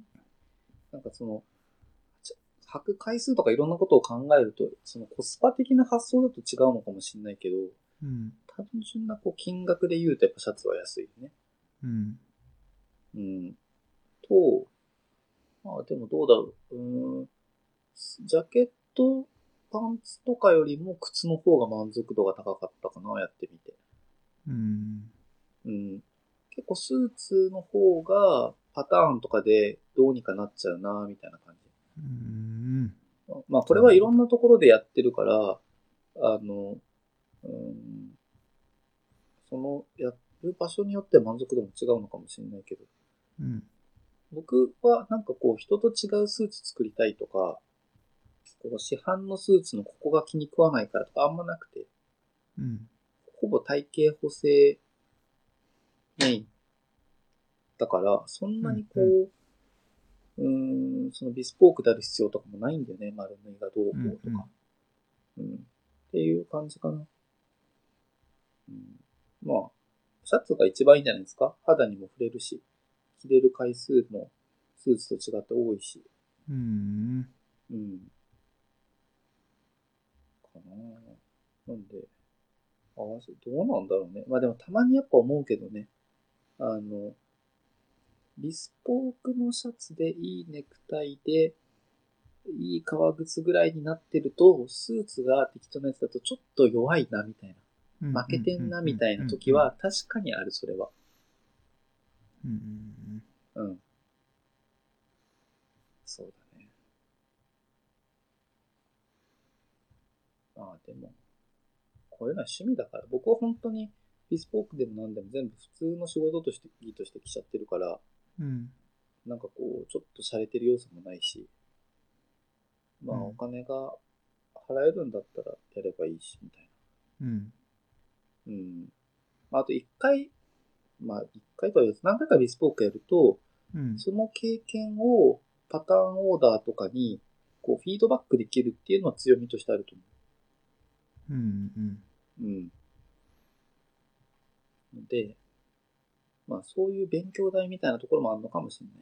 B: なんかその、ち履く回数とかいろんなことを考えると、そのコスパ的な発想だと違うのかもしれないけど、
A: うん
B: 単純なこう金額で言うとやっぱシャツは安いよね。
A: うん
B: うん。と、まあでもどうだろう。うーん。ジャケット、パンツとかよりも靴の方が満足度が高かったかな、やってみて。
A: うん
B: うん。結構スーツの方がパターンとかでどうにかなっちゃうな、みたいな感じ。
A: うん
B: まあ、これはいろんなところでやってるから、あの、うん、その、やる場所によって満足度も違うのかもしれないけど、
A: うん
B: 僕はなんかこう、人と違うスーツ作りたいとか、こう市販のスーツのここが気に食わないからとかあんまなくて、
A: うん
B: ほぼ体型補正メイン。だから、そんなにこう、うーん、そのビスポークである必要とかもないんだよね。丸縫いがどうこうとか。うん、っていう感じかな。うん。まあ、シャツが一番いいんじゃないですか肌にも触れるし、着れる回数もスーツと違って多いし。
A: うん
B: うん。かなぁなんで、合わせ、どうなんだろうね。まあでもたまにやっぱ思うけどね。あの、ビスポークのシャツでいいネクタイで、いい革靴ぐらいになってると、スーツが適当なやつだとちょっと弱いなみたいな、負けてんなみたいな時は確かにある、それは。
A: うんうんうん
B: うん。そうだね。まあでも、こういうのは趣味だから、僕は本当にビスポークでも何でも全部普通の仕事として、いいとして来ちゃってるから、
A: うん
B: なんかこう、ちょっと洒落てる要素もないし、まあ
A: うん
B: お金が払えるんだったらやればいいし、みたい
A: うん
B: な。うん。まああと一回、まあ一回とは言わず何回かビスポークやると、
A: うん
B: その経験をパターンオーダーとかに、こうフィードバックできるっていうのは強みとしてあると思
A: うんうん
B: う。うん。ので、まあそういう勉強台みたいなところもあるのかもしれな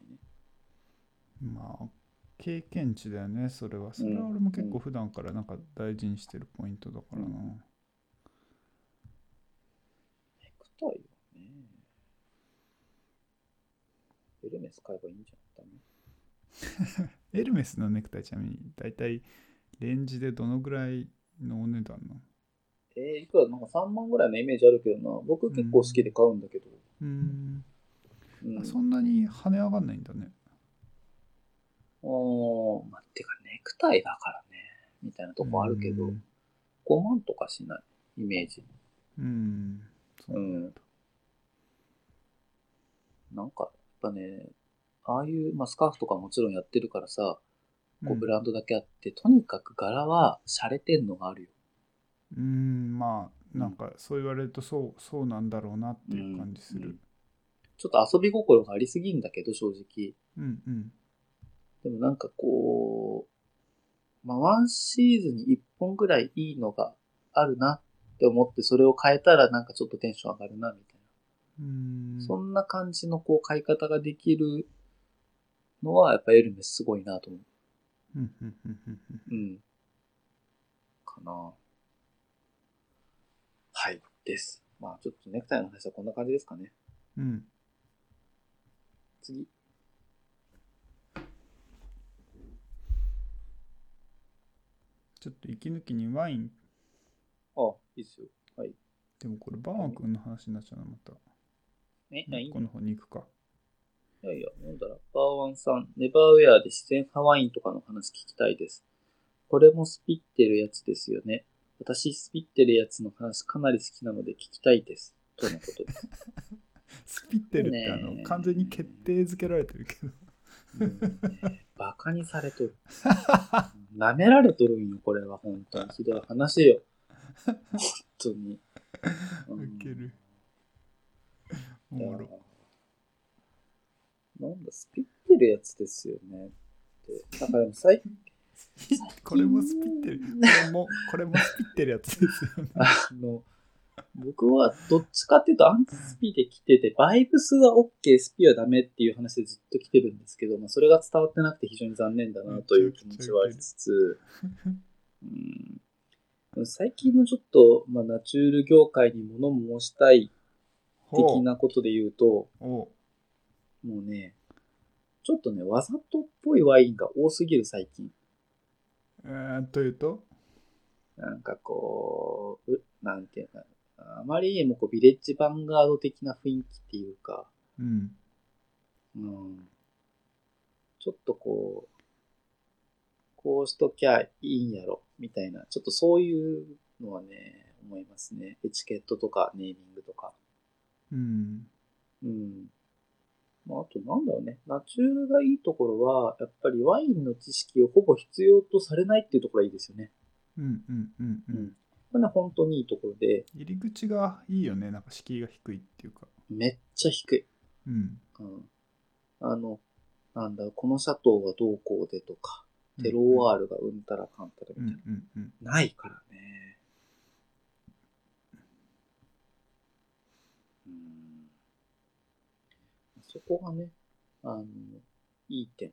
B: いね。
A: まあ経験値だよねそれはそれは俺も結構普段からなんか大事にしてるポイントだからな、
B: ネクタイはね。エルメス買えばいいんじゃん。
A: エルメスのネクタイちなみに大体レンジでどのぐらいのお値段なの
B: えー、いくらなんか3万ぐらいのイメージあるけどな。僕結構好きで買うんだけど。
A: うーん、
B: うん。
A: あそんなに跳ね上がんないんだね
B: うん。まあ、てかネクタイだからね。みたいなとこあるけど。
A: うん
B: 5万とかしない、イメージ。
A: うんそうなんだ、
B: なんか、やっぱね、ああいう、まあ、スカーフとかもちろんやってるからさ、こうブランドだけあって、とにかく柄は洒落てんのがあるよ。
A: うーんまあなんかそう言われるとそうそうなんだろうなっていう感じする
B: ちょっと遊び心がありすぎんだけど、正直。
A: うんうん
B: でもなんかこう、まあ、ワンシーズンに1本ぐらいいいのがあるなって思って、それを変えたらなんかちょっとテンション上がるな、みたいな。
A: うーん
B: そんな感じのこう、買い方ができるのは、やっぱエルメスすごいなと思う。
A: うんうんうんうんうん
B: うん。かなはい、です。まあちょっとネクタイの話はこんな感じですかね。
A: うん
B: 次。
A: ちょっと息抜きにワイン
B: あ、いいっすよ。
A: でもこれバーマ君の話になっちゃうなまた
B: え、いや、いい
A: この方に行くか
B: いやいや、なんだら、バーワンさん、ネバーウェアで自然ハワインとかの話聞きたいです。これもスピってるやつですよね。私、スピってるやつの話かなり好きなので聞きたいです。とのことです。
A: スピってるってあの
B: ねえ
A: 完全に決定づけられてるけど
B: バカにされとる。舐められとるんよ、これは、本当に。ひどい話よ。本当に。うん
A: ウケる おもろ
B: なんだ、スピってるやつですよねって。だからでも最近、
A: これもスピってるこれもこれもスピってるやつです よね
B: あの、僕はどっちかっていうとアンチスピで来てて、バイブスは OK、スピはダメっていう話でずっと来てるんですけど、まあ、それが伝わってなくて非常に残念だなという気持ちはありつつ、うん、最近のちょっと、まあ、ナチュール業界に物申したい的なことで言うと、
A: お
B: もうね、ちょっとね、わざとっぽいワインが多すぎる最近。
A: えー、というと
B: なんかこう、うなんていうか、あまりにもこうビレッジヴァンガード的な雰囲気っていうか、
A: うん
B: うん、ちょっとこう、こうしときゃいいんやろ、みたいな、ちょっとそういうのはね、思いますね。エチケットとかネーミングとか。
A: うん
B: うん。まあ、あとなんだろうね。ナチュールがいいところは、やっぱりワインの知識をほぼ必要とされないっていうところがいいですよね。
A: うんうんうんう
B: うんんこれね、本当にいいところで、
A: 入り口がいいよねなんか敷居が低いっていうか
B: めっちゃ低い。
A: うん
B: うんあの、なんだ、このシャトーはどうこうでとか、テロワールがうんたらかんたらみ
A: う
B: たい
A: ん
B: な、
A: うんうん
B: ないからね。うん。そこがね、あの、いい点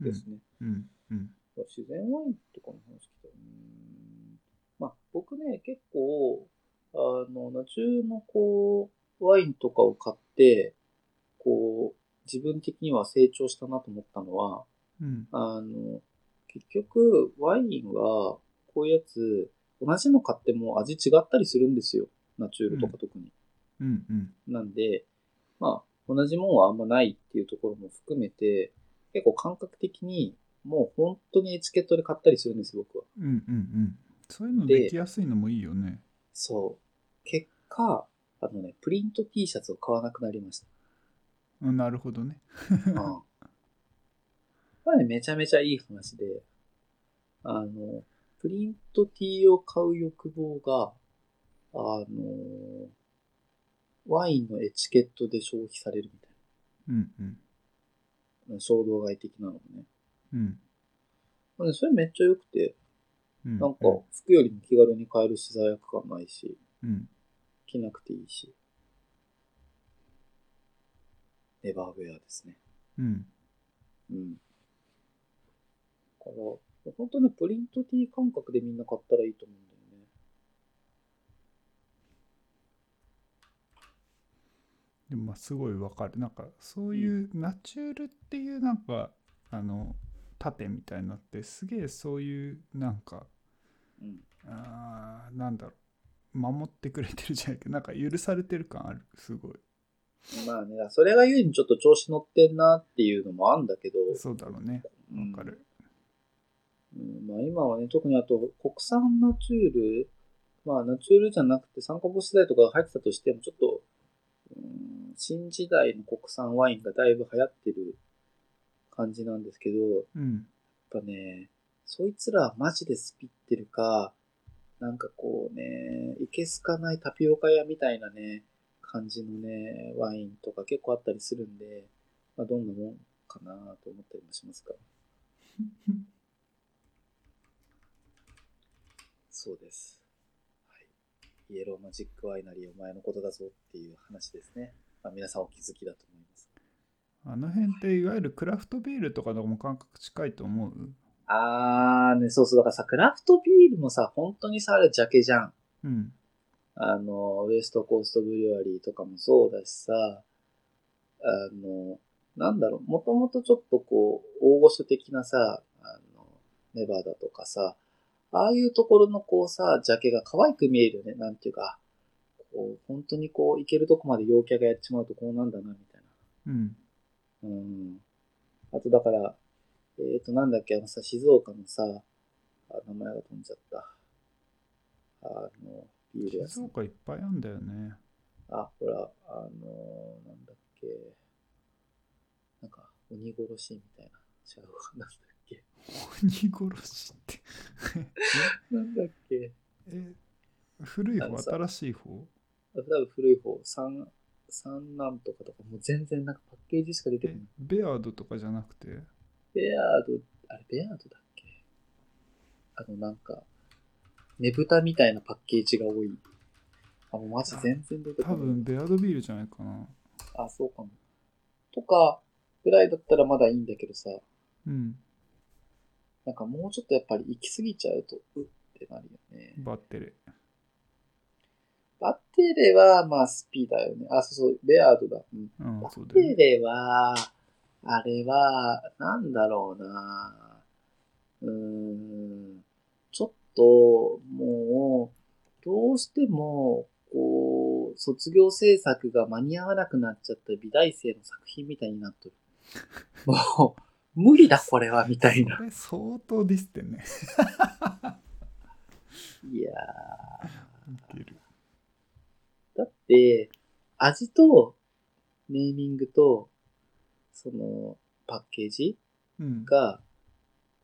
A: うん
B: ですね。
A: うんうん
B: 自然ワインとかの話聞いたらうーん。まあ、僕ね、結構、あの、ナチューのこう、ワインとかを買って、こう、自分的には成長したなと思ったのは、
A: うん。
B: あの、結局、ワインは、こういうやつ、同じの買っても味違ったりするんですよ。ナチュールとか特に。
A: うんうん。
B: なんで、まあ、同じもんはあんまないっていうところも含めて、結構感覚的に、もう本当にエチケットで買ったりするんです、僕は。
A: うんうんうん。そういうの
B: で
A: できやすいのもいいよね。
B: そう。結果、あのね、プリント T シャツを買わなくなりました。
A: うんなるほどね。
B: うん。これねめちゃめちゃいい話で、あの、プリント T を買う欲望が、あの、ワインのエチケットで消費されるみたい
A: うんうん。
B: な、衝動買い的なのもね。
A: うん。
B: まあねそれめっちゃ良くて、
A: うん
B: なんか服よりも気軽に買えるし罪悪感ないし、
A: うん。
B: 着なくていいし。エバーウェアですね。
A: うん。
B: うん。だから、本当ね、プリント T 感覚でみんな買ったらいいと思うんだよね。
A: でもまあすごいわかるなんかそういうナチュールっていうなんかあの盾みたいなってすげえそういうなんか
B: うん。
A: あーなんだろう守ってくれてるじゃないけどなんか許されてる感あるすごい
B: まあね、それがゆえにちょっと調子乗ってんなっていうのもあんだけど、
A: そうだろうねわかる
B: うん。まあ今はね、特にあと、国産ナチュール、まあナチュールじゃなくて、酸化防止剤とかが入ってたとしても、ちょっと、うん、新時代の国産ワインがだいぶ流行ってる感じなんですけど、
A: うん
B: やっぱね、そいつらはマジでスピってるか、なんかこうね、いけすかないタピオカ屋みたいなね、感じのね、ワインとか結構あったりするんで、まあ、どんなもんかなと思ったりもしますが。そうです。はい。イエローマジックワイナリーお前のことだぞっていう話ですね。まあ、皆さんお気づきだと思います。
A: あの辺っていわゆるクラフトビールとかとも感覚近いと思う
B: あーね、そうそう、だからさ、クラフトビールもさ、本当にさ、あれ、ジャケじゃん。
A: うん
B: あの、ウエストコーストブリュアリーとかもそうだしさ、あの、なんだろう、もともとちょっとこう、大御所的なさ、あの、ネバーだとかさ、ああいうところのこうさ、ジャケが可愛く見えるよね、なんていうか、こう、本当にこう、いけるとこまで陽キャがやっちまうとこうなんだな、みたい
A: うん
B: な。うん。あとだから、えっ、と、なんだっけ、あのさ、静岡のさ、あ名前が飛んじゃった。あの、ビール屋さ
A: 静
B: ん。
A: 岡いっぱいあんだよね
B: あ、ほら、あのーなんだっけ、なんか、鬼殺しみたいな、違う、なんだっけ、
A: 鬼殺しって
B: なんだっけ、
A: え古い
B: あ
A: 方
B: のさ
A: 新しい方
B: 多分古い方、三、三なんとかとか、もう全然なんかパッケージしか出てこ
A: え
B: ない。
A: ベアードとかじゃなくて
B: ベアード、あれ、ベアードだっけあの、なんか、ねぶたみたいなパッケージが多い。あ、もうマジ全然出て
A: 多
B: こない。
A: 分ベアードビールじゃないかな
B: あ、そうかも。とか、ぐらいだったらまだいいんだけどさ、
A: うん
B: なんかもうちょっとやっぱり行き過ぎちゃうと、うってなるよね。
A: バッテリー
B: バッテレは、まあ、スピだよね。あ、そうそう、レアードだ。うん、
A: うん
B: バ
A: そう
B: ッ
A: だよ
B: テ
A: ね
B: レは、あれは、なんだろうな。うーん、ちょっと、もう、どうしても、こう、卒業制作が間に合わなくなっちゃった美大生の作品みたいになっとる。もう、無理だ、これは、みたいな。
A: これ相当ディスってんね
B: いやー。
A: いける
B: だって、味とネーミングと、その、パッケージ
A: うん
B: が、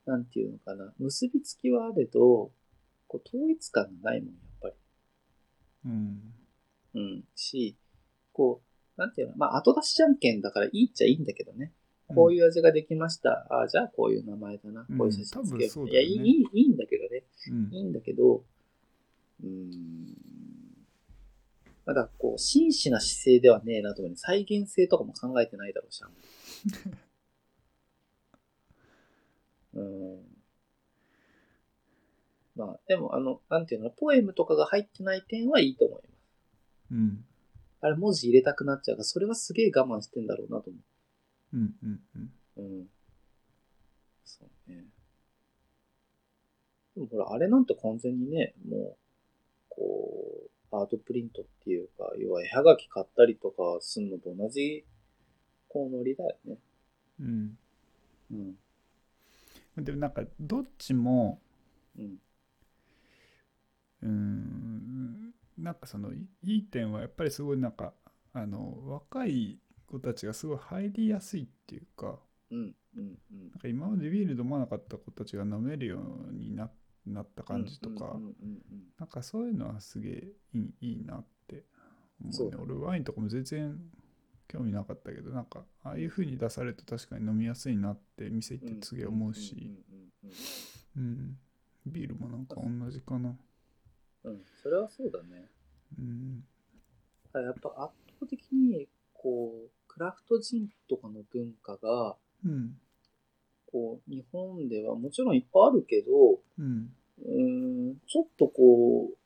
B: なんていうのかな、結びつきはあれど、こう統一感がないもん、やっぱり。
A: うん
B: うん。し、こう、なんていうの、まあ、後出しじゃんけんだからいいっちゃいいんだけどね。こういう味ができました。ああ、じゃあこういう名前だな。こういう写真つけ
A: うん
B: よう。
A: 多分そう
B: い
A: だ
B: や、
A: よ
B: い
A: ね
B: い、いいいいんだけどね。
A: うん
B: いいんだけど、うーん。まだこう、真摯な姿勢ではねえなとかね、再現性とかも考えてないだろうし、あんまりうーん。まあ、でも、あの、なんていうの、ポエムとかが入ってない点はいいと思います。
A: うん
B: あれ、文字入れたくなっちゃうから、それはすげえ我慢してんだろうなと思う。
A: うんうんうん。
B: うん。そうね。でもほら、あれなんて完全にね、もう、こう、アートプリントっていうか、要は絵はがき買ったりとかすんのと同じ、こう、ノリだよね。
A: うん、
B: うん。
A: でもなんかどっちも
B: うん。
A: うーんなんかそのいいい点はやっぱりすごいなんかあの若い子たちがすごい入りやすいっていうか
B: うん。うん。うん
A: なんか今までビール飲まなかった子たちが飲めるようにななった感じとか、
B: うんうんうんうん
A: なんかそういうのはすげえいいいいなって
B: そ
A: 思う
B: うだ
A: ね
B: ね
A: 俺ワインとかも全然興味なかったけどなんかああいう風に出されると確かに飲みやすいなって店行ってすげえ思うし、
B: うんうんうんうん
A: うん、ビールもなんか同じかな。
B: うんうん、それはそうだね。
A: うん
B: ただやっぱ圧倒的に、こう、クラフトジンとかの文化が、
A: うん
B: こう、日本ではもちろんいっぱいあるけど、
A: うん
B: うーん、ちょっとこう、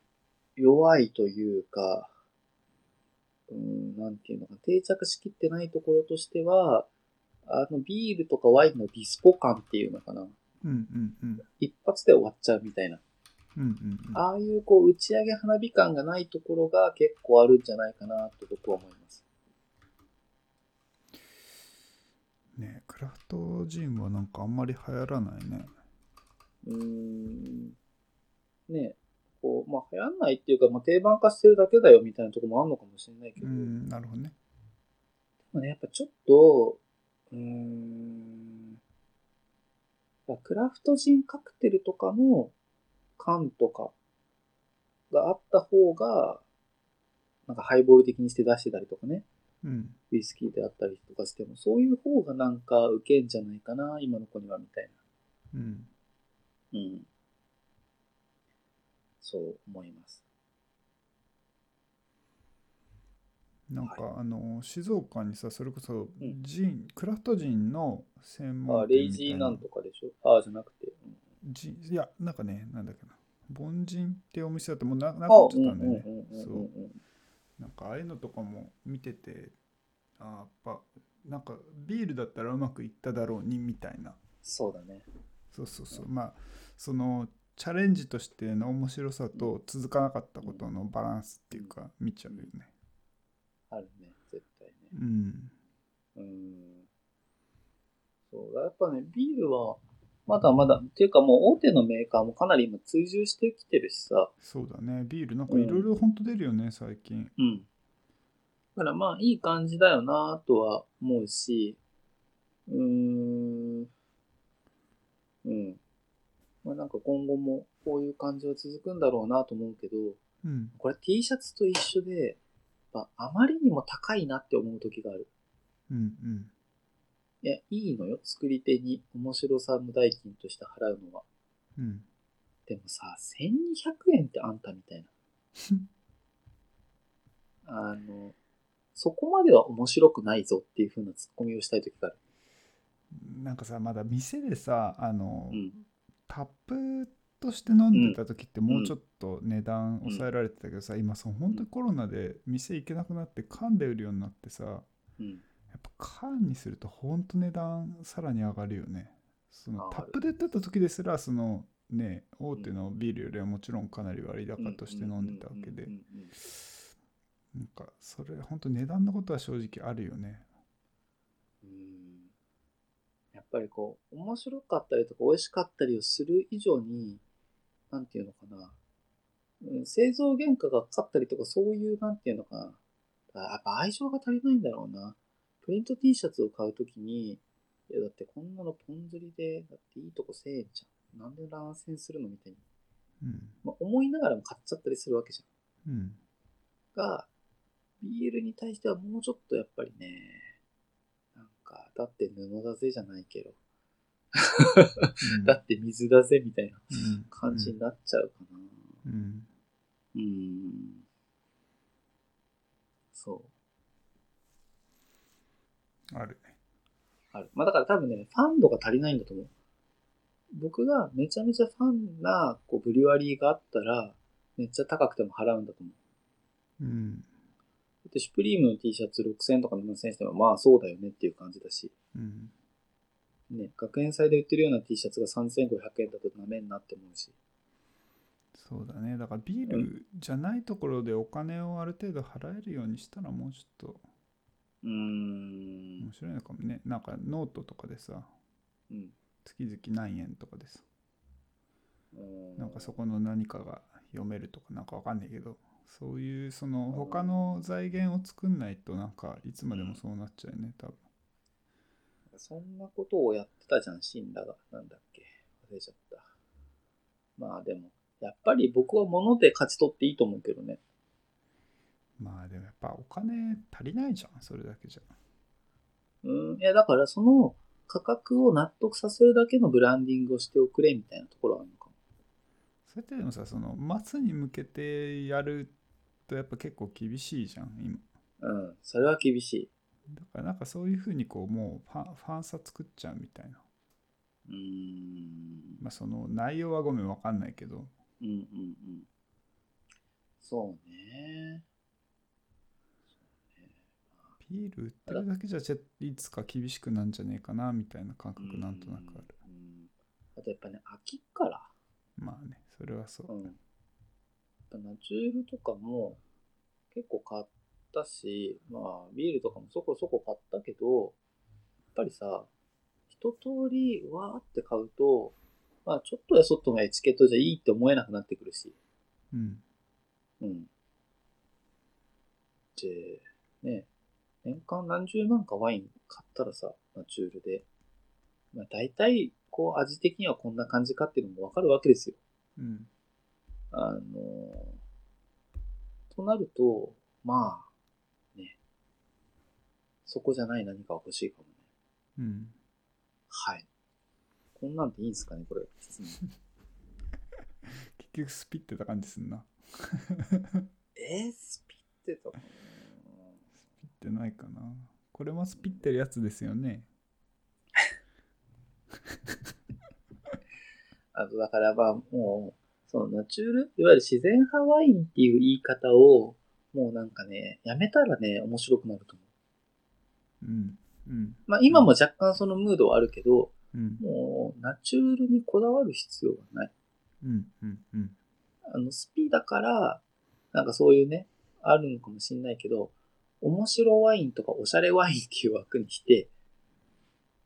B: 弱いというか、うーん、なんていうのか、定着しきってないところとしては、あの、ビールとかワインのディスポ感っていうのかな。
A: うんうんうん
B: 一発で終わっちゃうみたいな。
A: うんうんうん
B: ああいうこう、打ち上げ花火感がないところが結構あるんじゃないかなって僕は思います。
A: ねえクラフトジンはなんかあんまり流行らないね
B: うーん。ねこう、まあ、流行んないっていうか、まあ、定番化してるだけだよみたいなところもあるのかもしれないけ
A: う
B: ど、
A: んなるほどね
B: まあね、やっぱちょっと、うーん、まあクラフトジンカクテルとかの缶とかがあった方が、なんかハイボール的にして出してたりとかね、
A: うん
B: ウイスキーであったりとかしても、そういう方がなんかウケんじゃないかな、今の子にはみたい
A: うん
B: な。うん。そう思います。
A: なんか、あの静岡にさそれこそ
B: ん
A: ジン、クラフトジンの専門
B: あ、
A: 店
B: レイジーなんとかでしょああ、じゃなくて。うん
A: ジンいやなんかねなんだっけな凡人ってお店だともうななくな
B: あ
A: っち
B: うん
A: ゃ
B: う
A: ったん
B: ん
A: だよ
B: うんうん
A: ね
B: うん
A: そう
B: うん。
A: なんかああいうのとかも見ててあーやっぱなんかビールだったらうまくいっただろうにみたいな
B: そうだね。
A: そうそうそうまあそのチャレンジとしての面白さ
B: う
A: と続かなかったことのバランスっていうか見ちゃうよね
B: あるね、絶対ね。
A: うん
B: うんそうだやっぱね、ビールは、まだまだ、っていうかもう大手のメーカーもかなり今追従してきてるしさ、
A: そうだねビールなんかいろいろほんと出るよね最近
B: うん。だからまあ、いい感じだよなとは思うし、うーん、うん。まあなんか今後もこういう感じは続くんだろうなと思うけど、
A: うん
B: これ T シャツと一緒で、まあ、あまりにも高いなって思う時がある。
A: うんうん
B: いや、いいのよ。作り手に面白さも代金として払うのは。
A: うん
B: でもさ、1200円ってあんたみたい な。あの、そこまでは面白くないぞっていう風なツッコミをしたい時がある。
A: なんかさまだ店でさあの、
B: うん。
A: タップとして飲んでた時ってもうちょっと値段抑えられてたけどさ、今そう本当にコロナで店行けなくなって缶で売るようになってさ、
B: うん。
A: やっぱ缶にするとほんと値段さらに上がるよね。その
B: 上が
A: タッ
B: る
A: プで出た時ですらそのね大手のビールよりはもちろんかなり割高として飲んでたわけで
B: うんうんうんうん
A: なんかそれほんと値段のことは正直あるよね。
B: うんやっぱりこう、面白かったりとか美味しかったりをする以上に、なんていうのかな。うん製造原価がかかったりとかそういう、なんていうのかな。あやっぱ愛情が足りないんだろうな。プリント T シャツを買うときに、いやだってこんなのポン釣りで、だっていいとこせえじゃん。なんで乱戦するのみたいに。
A: うん
B: まあ、思いながらも買っちゃったりするわけじ
A: うん
B: ゃん。が、BL に対してはもうちょっとやっぱりね、なんか、だって布だぜじゃないけど、
A: う ん
B: だって水だぜみたいな
A: うん
B: 感じになっちゃうかな。
A: うん
B: うん。そ
A: あるね。
B: う。ある。まあだから多分ね、ファン度が足りないんだと思う。僕がめちゃめちゃファンなこうブリュワリーがあったら、めっちゃ高くても払うんだと思う。
A: うん
B: って、シュプリームの T シャツ6000円とか7000円しても、まあそうだよねっていう感じだし、
A: うん。
B: ね、学園祭で売ってるような T シャツが3500円だとダメになって思うし、
A: そうだね。だからビー
B: う
A: ルじゃないところでお金をある程度払えるようにしたらもうちょっと
B: うーん
A: 面、白いのかもね。なんかノートとかでさ、
B: うん。
A: 月々何円とかでさ、
B: うん
A: なんかそこの何かが読めるとかなんかわかんないけど、そういうその他の財源を作んないとなんかいつまでもそうなっちゃうよね、多分。
B: そんなことをやってたじゃん、シンラが。なんだっけ。忘れちゃった。まあでも、やっぱり僕は物で勝ち取っていいと思うけどね。
A: まあでもやっぱお金足りないじゃん、それだけじゃ。
B: うん。いや、だからその価格を納得させるだけのブランディングをしておくれみたいなところはあるのかも。
A: それってでもさ、その末に向けてやるとやっぱ結構厳しいじゃん、今。
B: うん。それは厳し
A: だからなんかそういうふうにこうもうファンファンサ作っちゃうみたいな。
B: い。うーん。
A: まあその内容はごめんわかんないけど。
B: うんうんうん。そうね。
A: ビール売ってるだけじゃちょっといつか厳しくなんじゃねえかなみたいな感覚なんとなくある。
B: うん。うんあとやっぱね、秋っから。
A: まあね、それはそうう。
B: ん。やっぱナチュールとかも結構買ったし、まあビールとかもそこそこ買ったけど、やっぱりさ、一通りわーって買うと、まあちょっとやそっとのエチケットじゃいいって思えなくなってくるし、
A: うん。
B: うん。で、ね、年間何十万かワイン買ったらさ、ナチュールで、まあ大体こう味的にはこんな感じかっていうのもわかるわけですよ。
A: うん。
B: あの、となると、まあ、ね、そこじゃない何かは欲しいかもね。
A: うん。
B: はい。こんなんでいいんすかね、これ。質問
A: 結局スピってた感じすんな。
B: えー、スピってたかな
A: スピってないかな。これもスピってるやつですよね。
B: あと、だからまあ、もう、そのナチュール、いわゆる自然派ワインっていう言い方を、もうなんかね、やめたらね、面白くなると思
A: うん。うん。
B: う。まあ今も若干そのムードはあるけど、
A: うん。
B: もうナチュールにこだわる必要はない。
A: うん。うん。うん。
B: あの、スピだから、なんかそういうね、あるのかもしんないけど、面白ワインとかおしゃれワインっていう枠にして、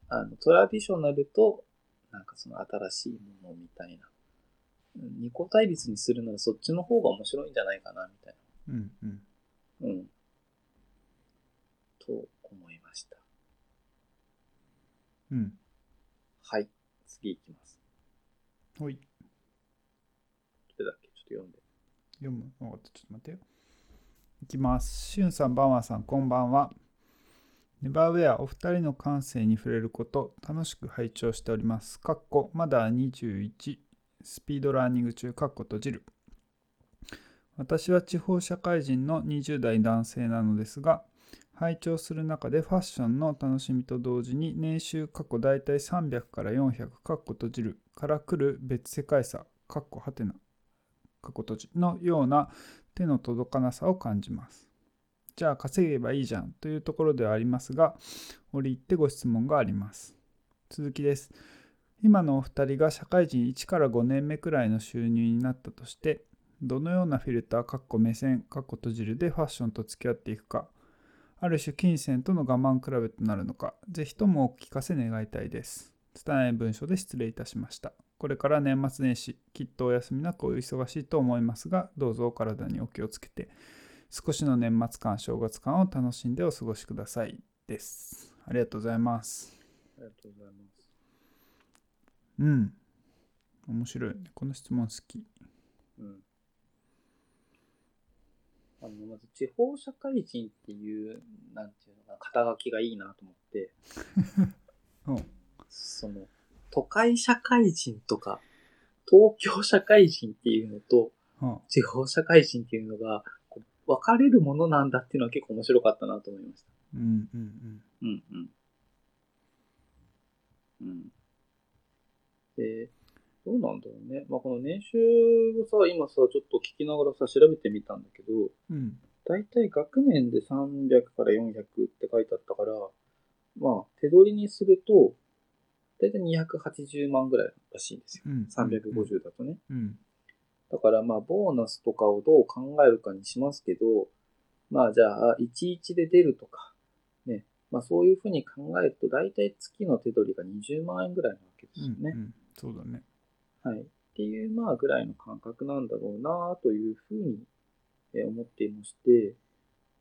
B: あの、トラディショナルと、なんかその新しいものみたいな。うん二個対立にするならそっちの方が面白いんじゃないかな、みたい
A: うん。うん。
B: な。うん。と思いました。
A: うん。
B: はい。次いきます。
A: ほい。
B: どれだっけちょっと読んで。
A: 読む分かったちょっと待ってよいきますしゅんさんばんわさんこんばんはネバーウェアお二人の感性に触れること楽しく拝聴しておりますかっこまだ21スピードラーニング中かっこ閉じる私は地方社会人の20代男性なのですが拝聴する中でファッションの楽しみと同時に年収過去大体300から400かっこ閉じるから来る別世界さかっこはてな過去閉じのような手の届かなさを感じます。じゃあ稼げばいいじゃんというところではありますが、折り入ってご質問があります。続きです。今のお二人が社会人1から5年目くらいの収入になったとして、どのようなフィルター、かっこ目線、かっこ閉じるでファッションと付き合っていくか、ある種金銭との我慢比べとなるのか、ぜひともお聞かせ願いたいです。拙い文章で失礼いたしました。これから年末年始、きっとお休みなくお忙しいと思いますが、どうぞお体にお気をつけて、少しの年末感、正月感を楽しんでお過ごしください。です。ありがとうございます。
B: ありがとうございます。
A: うん。面白いね。この質問好き。
B: うんあの、まず地方社会人っていう、なんていうのかな、肩書きがいいなと思って、
A: うん。
B: その、都会社会人とか、東京社会人っていうのと、
A: は
B: 地方社会人っていうのが、こう分かれるものなんだっていうのは結構面白かったなと思いました。
A: うんうんうん。
B: うんうん。うん。で、どうなんだろうね。まあ、この年収をさ、今さ、ちょっと聞きながらさ、調べてみたんだけど、
A: うん。
B: だいたい額面で300から400って書いてあったから、まあ、手取りにすると、だいたい280万ぐらいらしいんですよ。
A: うん
B: 350だとね。
A: うん
B: だからまあ、ボーナスとかをどう考えるかにしますけど、まあじゃあ、11で出るとか、ね、まあそういうふうに考えると、大体月の手取りが20万円ぐらいなわけです
A: う
B: よ
A: ん、う
B: ね。
A: ん、そうだね
B: はい。っていう、まあぐらいの感覚なんだろうなというふうにえー思っていまして、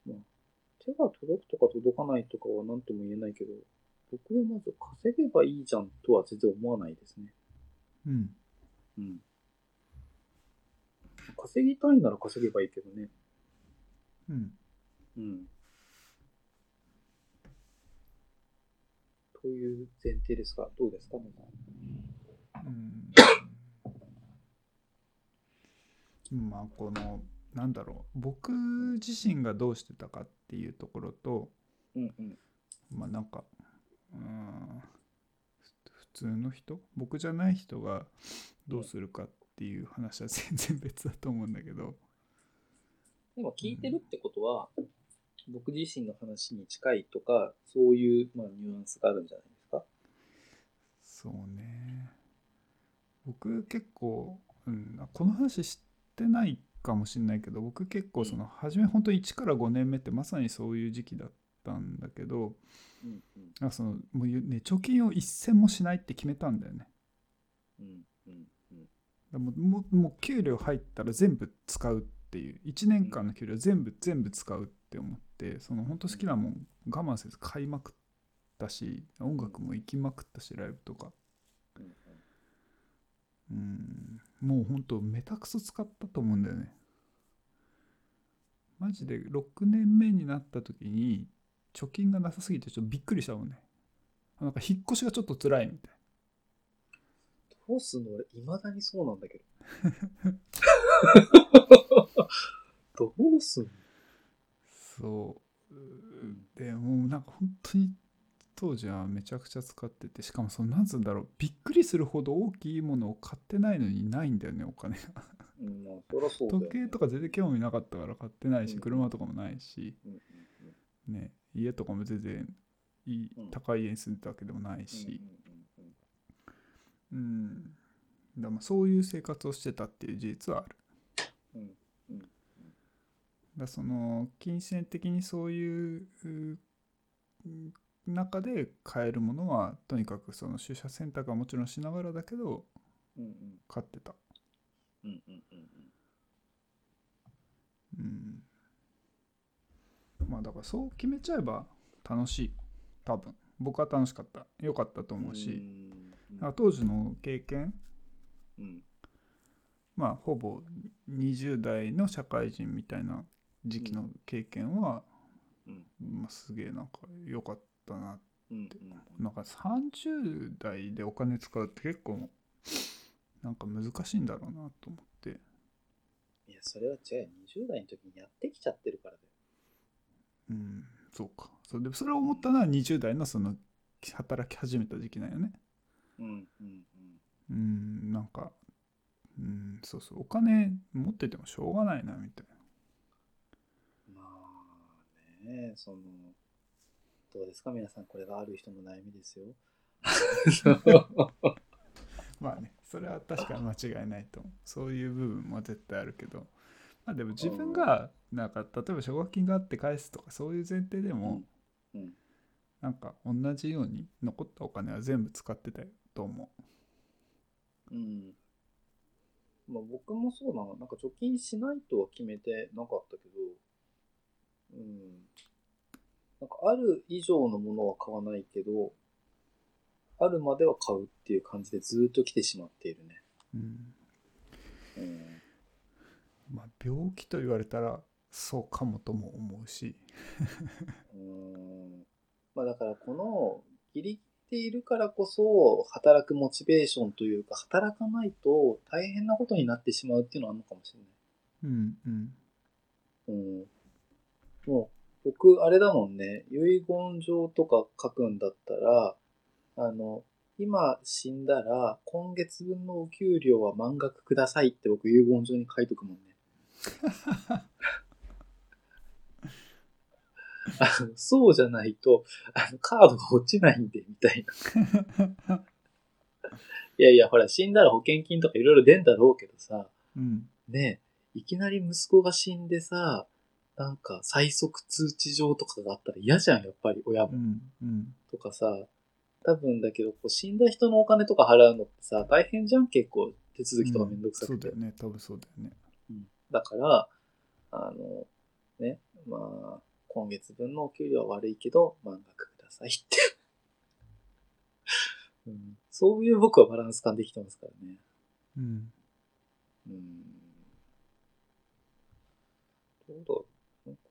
B: まあ、手が届くとか届かないとかは何とも言えないけど、僕はまず稼げばいいじゃんとは全然思わないですね。
A: うん
B: うん。稼ぎたいなら稼げばいいけどね。
A: うん
B: うん。という前提ですが、どうですか、皆さん
A: うんまあこのなんだろう僕自身がどうしてたかっていうところと
B: うんうん。
A: まあなんかうーんふ普通の人僕じゃない人がどうするかっていう話は全然別だと思うんだけど
B: でも聞いてるってことは、僕自身の話に近いとか、そういう、まあ、ニュアンスがあるんじゃないですか。
A: そうね僕結構、うん、あこの話知ってないかもしれないけど僕結構その初め本当1から5年目ってまさにそういう時期だったんだけど
B: うんうん
A: あそのもうゆね貯金を一銭もしないって決めたんだよね
B: うんうんうん
A: だもうもうもう給料入ったら全部使うっていう1年間の給料全部全部使うって思ってその本当好きなもん我慢せず買いまくったし音楽も行きまくったしライブとか
B: うん
A: うんもう本当めたくそ使ったと思うんだよねマジで6年目になった時に貯金がなさすぎてちょっとびっくりしたもんねあなんか引っ越しがちょっと辛いみたいな
B: どうすんの俺、未だにそうなんだけど。 どうすんの
A: そうでもうなんか本当に当時はめちゃくちゃ使っててしかもそのなんつうんだろうびっくりするほど大きいものを買ってないのにないんだよねお金が
B: うん、まあ、そりゃそうだよ、ね。
A: 時計とか全然興味なかったから買ってないし
B: うん
A: 車とかもないし
B: うんうん
A: ね家とかも全然いい
B: うん
A: 高い家に住んでたわけでもない
B: うん
A: し
B: うんうんう
A: う
B: ん
A: んだからまあそういう生活をしてたっていう事実はある
B: うん
A: だその金銭的にそういううー中で買えるものはとにかくその取捨選択はもちろんしながらだけど
B: うんうん
A: 買ってた、
B: うんうんうんう
A: う
B: ん
A: ん、まあだからそう決めちゃえば楽しい多分僕は楽しかった良かったと思うし、
B: うん
A: あ当時の経験
B: うん
A: まあほぼ20代の社会人みたいな時期の経験は、
B: うん
A: まあ、すげえなんか良かったな
B: うん
A: なんか30代でお金使うって結構なんか難しいんだろうなと思って
B: いやそれは違うよ20代の時にやってきちゃってるからだよ
A: うんそうかそれでそれを思ったのは20代のその働き始めた時期なんよね
B: うんうんう
A: う
B: ん
A: んなんかうんそうそうお金持っててもしょうがないなみたいな
B: まあねそのどうですか皆さんこれがある人の悩みですよ
A: まあねそれは確かに間違いないと思うそういう部分も絶対あるけどまあでも自分がなんか例えば奨学金があって返すとかそういう前提でも、
B: うん
A: なんか同じように残ったお金は全部使ってたよと思
B: うんまあ僕もそうなのなんか貯金しないとは決めてなかったけどうんなんかある以上のものは買わないけどあるまでは買うっていう感じでずーっと来てしまっているね
A: う、うん
B: うん
A: まあ、病気と言われたらそうかもとも思うし
B: うーんまあだからこのギリっているからこそ働くモチベーションというか働かないと大変なことになってしまうっていうのはあるのかもしれ
A: うんうん
B: ない。うん、もう僕あれだもんね遺言状とか書くんだったらあの今死んだら今月分のお給料は満額くださいって僕遺言状に書いとくもんね。あのそうじゃないと、あの、カードが落ちないんで、みたいな。いやいや、ほら、死んだら保険金とかいろいろ出んだろうけどさ、
A: うん。
B: ねえ、いきなり息子が死んでさ、なんか最速通知状とかがあったら嫌じゃん、やっぱり親
A: う
B: も
A: ん。うん。
B: とかさ。多分だけど、こう死んだ人のお金とか払うのってさ、大変じゃん、結構手続きとかめんどくさ
A: う
B: く
A: ん
B: て。
A: そうだよね。多分そうだよね。
B: うんだから、あの、ね、まあ、今月分のお給料は悪いけど、満額くださいって。うん、そういう僕はバランス感できてますからね。
A: うん。
B: うん。どうだろう。なんか、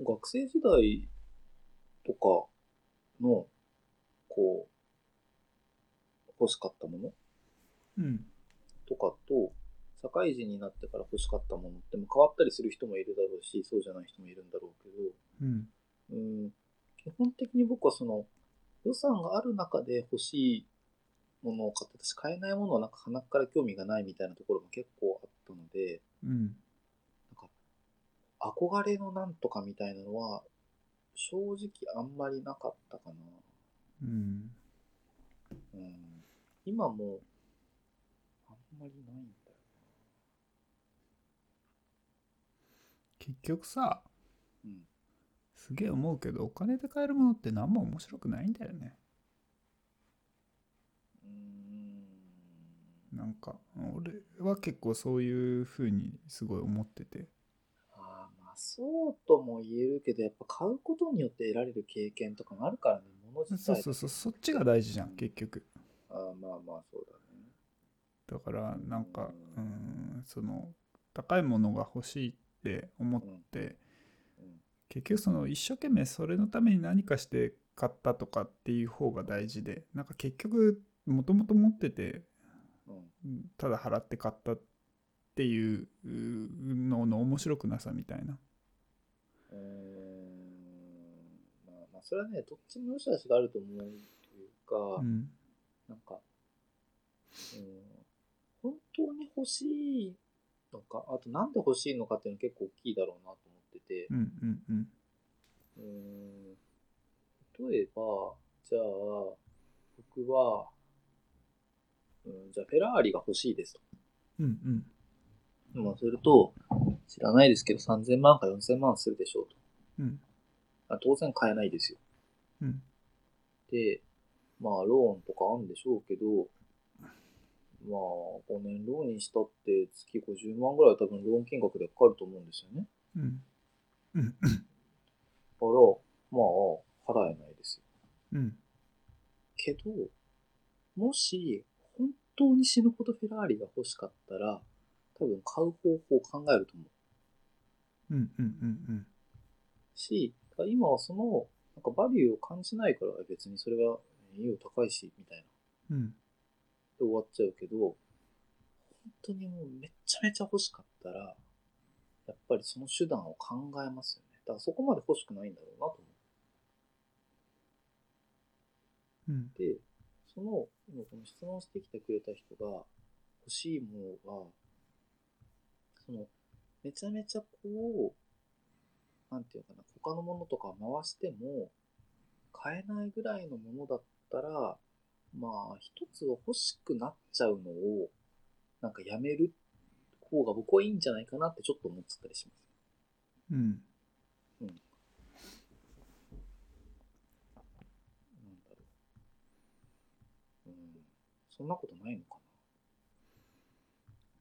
B: 学生時代とかの、こう、欲しかったもの
A: うん。
B: とかと、社会人になってから欲しかったものっても変わったりする人もいるだろうし、そうじゃない人もいるんだろうけ
A: うん。
B: ど、うん、基本的に僕はその、予算がある中で欲しいものを買って、私買えないものはなんか鼻から興味がないみたいなところも結構あったので、
A: うん。
B: 憧れのなんとかみたいなのは、正直あんまりなかったかな。
A: うん。
B: うん、今も、あんまりないんだよ。
A: 結局さ、
B: うん。
A: すげえ思うけど、お金で買えるものって何も面白くないんだよね。
B: うーん
A: なんか、俺は結構そういう風にすごい思ってて。
B: あーまあそうとも言えるけどやっぱ買うことによって得られる経験とかもあるからね物自
A: そう
B: 体
A: そうそう、そっちが大事じゃん、結局。
B: あーまあまあそうだね
A: だからなんかうーんその高いものが欲しいって思って
B: うん
A: 結局その一生懸命それのために何かして買ったとかっていう方が大事でなんか結局もともと持ってて
B: うん
A: うんただ払って買ったっていううーのの面白くなさみたいな
B: うーんまあまあそれはねどっちも良し悪しがあると思うというか、
A: うん
B: なんか、うん、本当に欲しいのかあとなんで欲しいのかっていうのは結構大きいだろうなと思ってて、
A: うんうんうん
B: うーん例えば、じゃあ、僕は、うん、じゃあ、フェラーリが欲しいですと。
A: うんうん
B: まあ、すると、知らないですけど、3000万か4000万するでしょう
A: うん
B: と。あ当然買えないですよ。
A: うん
B: で、まあ、ローンとかあるんでしょうけど、まあ、5年ローンにしたって、月50万ぐらいは多分ローン金額でかかると思うんですよね。
A: うんうん
B: だから、まあ、払えないです
A: う
B: よ。
A: ん
B: けど、もし、本当に死ぬほどフェラーリが欲しかったら、多分買う方法を考えると思う
A: うんうんうん
B: し、だから今はその、なんかバリューを感じないから、別にそれは、えー費用高いし、みたいな。
A: うん
B: で終わっちゃうけど、本当にもうめっちゃめちゃ欲しかったら、やっぱりその手段を考えますよね。だからそこまで欲しくないんだろうなと思う。
A: うん
B: で、その、今この質問してきてくれた人が欲しいものが、その、めちゃめちゃこう、なんていうのかな、他のものとか回しても、買えないぐらいのものだったら、まあ、一つは欲しくなっちゃうのを、なんかやめる方が僕はいいんじゃないかなってちょっと思ってたりします。
A: うん
B: なんだろう。うん。そんなことないのか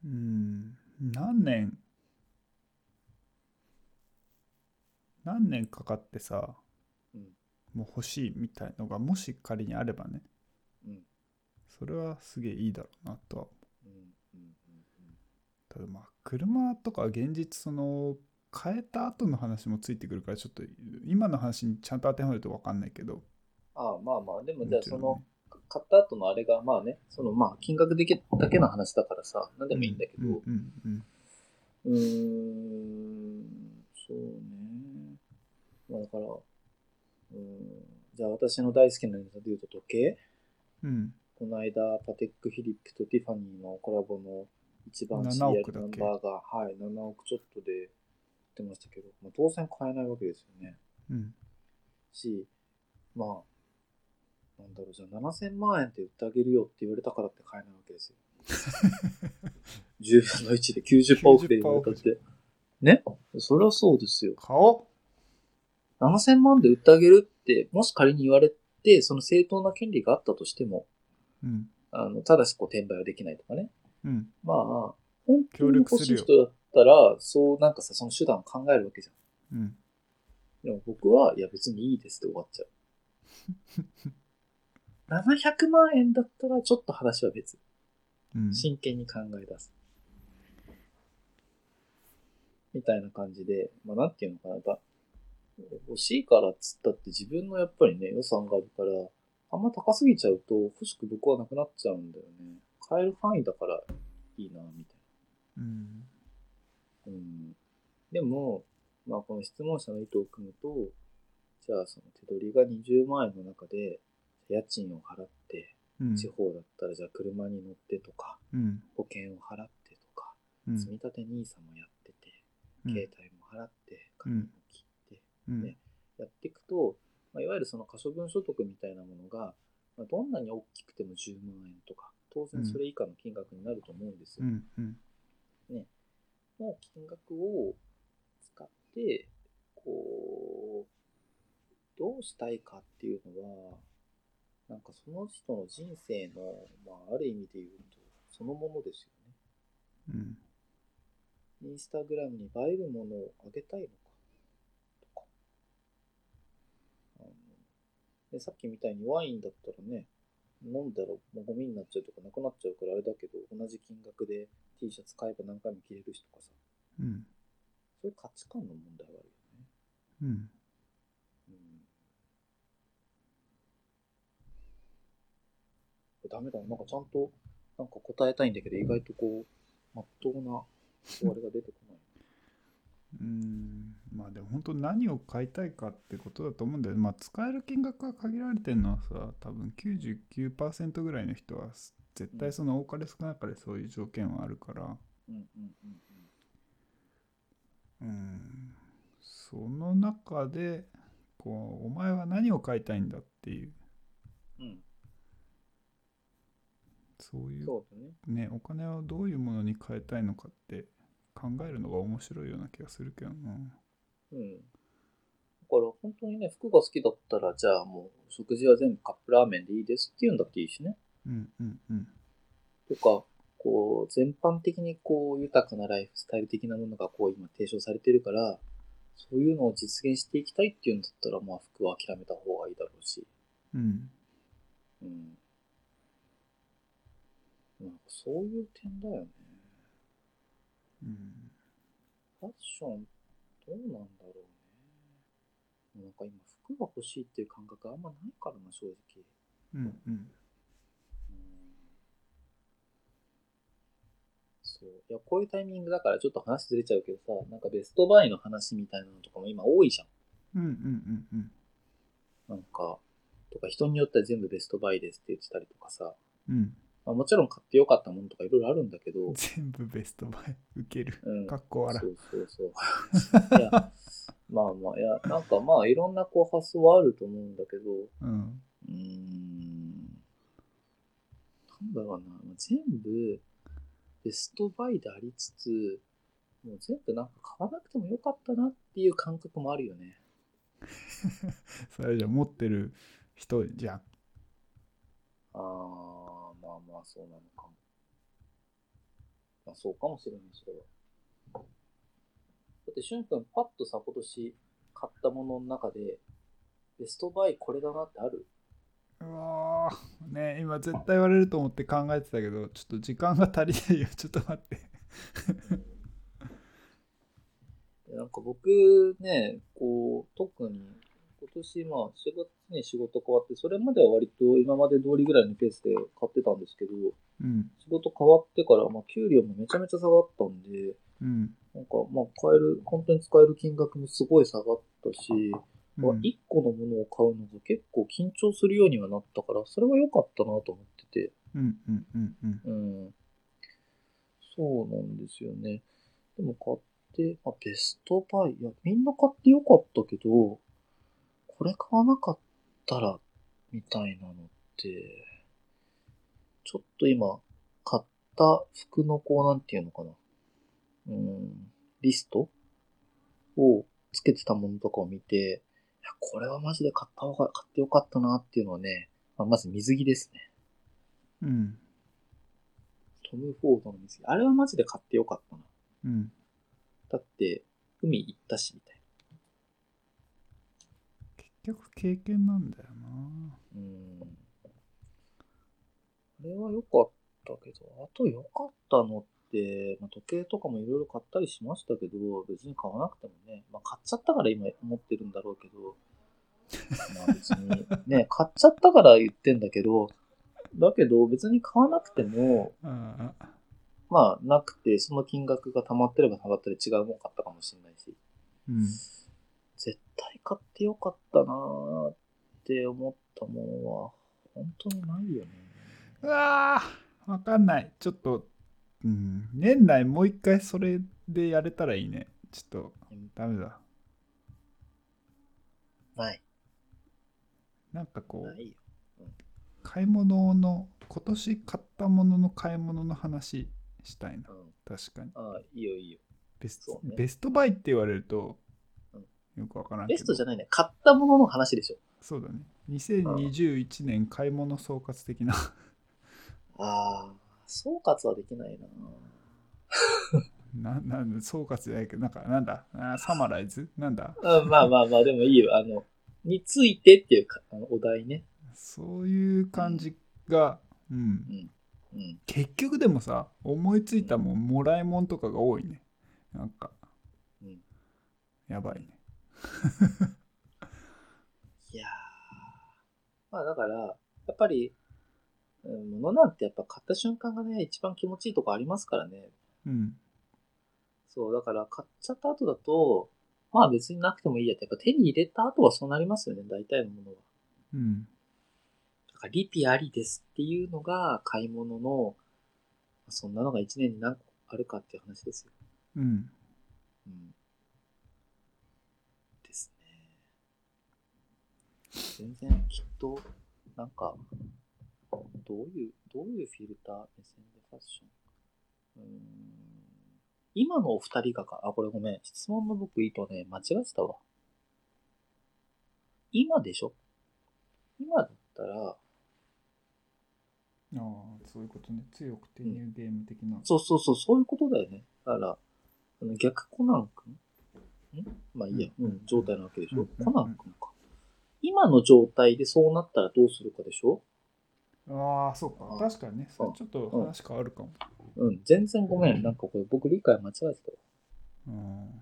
A: うん何年何年かかってさ、
B: うん
A: もう欲しいみたいのがもし仮にあればね
B: な。うん。
A: それはすげえいいだろうなとは思う
B: うん。うん。うん。うん。
A: ただまあ車とか現実その変えた後の話もついてくるからちょっと今の話にちゃんと当てはめると分かんないけど
B: ああまあまあ、でも
A: も
B: じゃあ
A: ちろ
B: そ
A: ん
B: の
A: ね、
B: 買った後のあれが、まあね、そのまあ金額だけだけの話だからさ、なんでもいいんだけど、う
A: うんうん
B: ーん、そうね。まあだから、うーん、じゃあ私の大好きなネタで言うと時計
A: うん
B: この間、パテックフィリップとティファニーのコラボの一番シリア
A: 7
B: ル
A: 億だ
B: ナ
A: っ
B: ン
A: け
B: バーが、はい、7億ちょっとで売ってましたけど、まあ、当然買えないわけですよね。
A: うん。
B: し、まあ、なんだろう、じゃあ7000万円って売ってあげるよって言われたからって買えないわけですよ。10分の1で90%オフで言われたって。ねそりゃそうですよ。
A: 買おう
B: 7000万で売ってあげるって、もし仮に言われて、その正当な権利があったとしても、
A: うん。
B: あの、ただしこう転売はできないとかね。
A: うん。
B: まあ、本当に欲し
A: 協力す
B: い人だったら、そうなんかさ、その手段を考えるわけじゃん。
A: うん。
B: でも僕は、いや別にいいですって終わっちゃう。700万 円だったらちょっと話は別。
A: うん。
B: 真剣に考え出す。みたいな感じで、まあなんていうのかな、やっぱ、欲しいからっつったって自分のやっぱりね、予算があるから、あんま高すぎちゃうと欲しく僕はなくなっちゃうんだよね。買える範囲だからいいな、みたいな。
A: うん。
B: うん、でも、まあ、この質問者の意図を組むと、じゃあその手取りが20万円の中で、家賃を払って、
A: うん。
B: 地方だったらじゃあ車に乗ってとか、
A: うん。
B: 保険を払ってとか、
A: うん。
B: 積立 NISA もやってて、
A: うん
B: 携帯も払って、
A: うん
B: 金も切って、
A: うん
B: ね。やっていくと、まあ、いわゆるその可処分所得みたいなものが、まあ、どんなに大きくても10万円とか、当然それ以下の金額になると思うんですよ。
A: うん。うん。
B: の金額を使って、こう、どうしたいかっていうのは、なんかその人の人生の、まあ、ある意味で言うと、そのものですよ
A: うん。
B: ね。インスタグラムに映えるものをあげたいのか、とか。あのでさっきみたいにワインだったらね、飲んだらもうゴミになっちゃうとかなくなっちゃうからあれだけど、同じ金額で T シャツ買えば何回も着れるしとかさ、
A: うん。
B: そういう価値観の問題はあるよね。
A: うん。
B: うんダメだな、なんかちゃんと、なんか答えたいんだけど、意外とこう、まっとうな、あれが出てこない。
A: うんまあでも本当何を買いたいかってことだと思うんだよね。まあ使える金額が限られてるのはさ、多分99%ぐらいの人はす絶対その多かれ少なかれそういう条件はあるから、
B: うんうんうん
A: うん、その中でこう、お前は何を買いたいんだっていう、
B: うん。うん、
A: そういう
B: そうだね。
A: ね、お金をどういうものに変えたいのかって考えるのが面白いような気がするけどな。
B: うん。だから本当にね、服が好きだったら、じゃあもう、食事は全部カップラーメンでいいですって言うんだっていいしね。
A: うんうんうん
B: とか、こう、全般的にこう、豊かなライフスタイル的なものがこう、今提唱されてるから、そういうのを実現していきたいっていうんだったら、まあ、服は諦めた方がいいだろうし。
A: うん
B: うん。なんかそういう点だよね。
A: うん
B: ファッション、どうなんだろうね。なんか今、服が欲しいっていう感覚あんまないからな、正直。
A: うんうん
B: うんそう。いや、こういうタイミングだからちょっと話ずれちゃうけどさ、なんかベストバイの話みたいなのとかも今多いじゃん。
A: うんうんうんうん
B: なんか、とか人によっては全部ベストバイですって言ってたりとかさ、
A: うん
B: まあ、もちろん買ってよかったものとかいろいろあるんだけど、
A: 全部ベストバイ受ける。
B: うん。
A: かっこ笑
B: そうそうそう。い や、まあまあ、いや、なんかまあいろんなこう発想はあると思うんだけど、
A: うん。
B: うーんなんだろうな、まあ全部ベストバイでありつつ、もう全部なんか買わなくてもよかったなっていう感覚もあるよね。
A: それじゃ持ってる人じゃん。
B: あー、まあまあそうなのかも。まあそうかもしれない、それは。だって、しゅんくん、パッとさ、今年買ったものの中で、ベストバイこれだなってある
A: うわーね今絶対言われると思って考えてたけどちょっと時間が足りないよちょっと待って
B: なんか僕ね、こう、特に今年まあ4月に仕事変わって、それまでは割と今まで通りぐらいのペースで買ってたんですけど、
A: うん
B: 仕事変わってから、まあ給料もめちゃめちゃ下がったんで、
A: うん
B: なんかまあ買える、本当に使える金額もすごい下がったし、
A: う
B: まあ
A: ん
B: 1個のものを買うのが結構緊張するようにはなったから、それは良かったなと思ってて、
A: うんうんうんうん
B: うん。そうなんですよね。でも買って、まあ、ベストバイ。いや、みんな買ってよかったけど、これ買わなかったら、みたいなのって、ちょっと今、買った服のこう、なんていうのかな。うーん、リストをつけてたものとかを見て、いやこれはマジで買った方が、買ってよかったなっていうのはね、まあまず水着ですね。
A: うん。
B: トム・フォードの水着。あれはマジで買ってよかったな。
A: うん。
B: だって、海行ったし、みたい
A: 結局経験なんだよな。
B: な。うん。あれは良かったけど、あと良かったのって、まあ、時計とかもいろいろ買ったりしましたけど、別に買わなくてもね、まあ、買っちゃったから今持ってるんだろうけど、まあ別にね、買っちゃったから言ってんだけど、だけど別に買わなくても、
A: ああ。
B: まあなくて、その金額が溜まってれば溜まったり違うもん買ったかもしれないし、
A: うん。
B: 絶対買ってよかったなーって思ったものは、本当にないよね。
A: うわーわかんない。ちょっと、うん。年内もう一回それでやれたらいいね。ちょっと、ダメだ。
B: ない。
A: なんかこう
B: な、いよ。
A: 買い物の、今年買ったものの買い物の話したいな
B: う。ん。
A: 確かに。
B: ああ、いいよいいよ。
A: ベスト、
B: そうね
A: ベストバイって言われると
B: うん、
A: よくわからんけど。
B: ベストじゃないね。買ったものの話でしょ。
A: そうだね。2021年買い物総括的な。
B: ああ、総括はできないな
A: ななん総括じゃないけど、なんか、なんだあーサマライズなんだ
B: ー。うん、まあまあまあ、でもいいよ。あの、についてっていうか、あのお題ね。
A: そういう感じが、うん。
B: うん。
A: 結局でもさ、思いついたもん、もらいもんとかが多いね。なんか、
B: うん
A: やばいね。
B: いやー。まあだから、やっぱり、うん物なんてやっぱ買った瞬間がね、一番気持ちいいとこありますからね。
A: うん。
B: そう、だから買っちゃった後だと、まあ別になくてもいいやって、やっぱ手に入れた後はそうなりますよね、大体のものは。
A: うん。
B: だからリピありですっていうのが買い物の、そんなのが1年に何個あるかっていう話ですよ。
A: うん。
B: うん。ですね。全然きっと、なんか、どういう、どういうフィルター、目線でファッション。うーん。今のお二人がか、あ、これごめん。質問の僕いいとね、間違ってたわ。今でしょ今だったら、
A: ああ、そういうことね。強くてニューゲーム的な。
B: そうそうそう、そういうことだよね。だから、あの逆コナン君んまあいいや、
A: うん
B: うん、状態なわけでしょ、
A: うん
B: コナン君か。今の状態でそうなったらどうするかでしょ
A: ああ、そうか
B: う。ん
A: 確かにね。それちょっと話変わるかも。
B: うん、全然ごめん。なんかこれ僕理解間違えてた
A: う
B: わ
A: ん。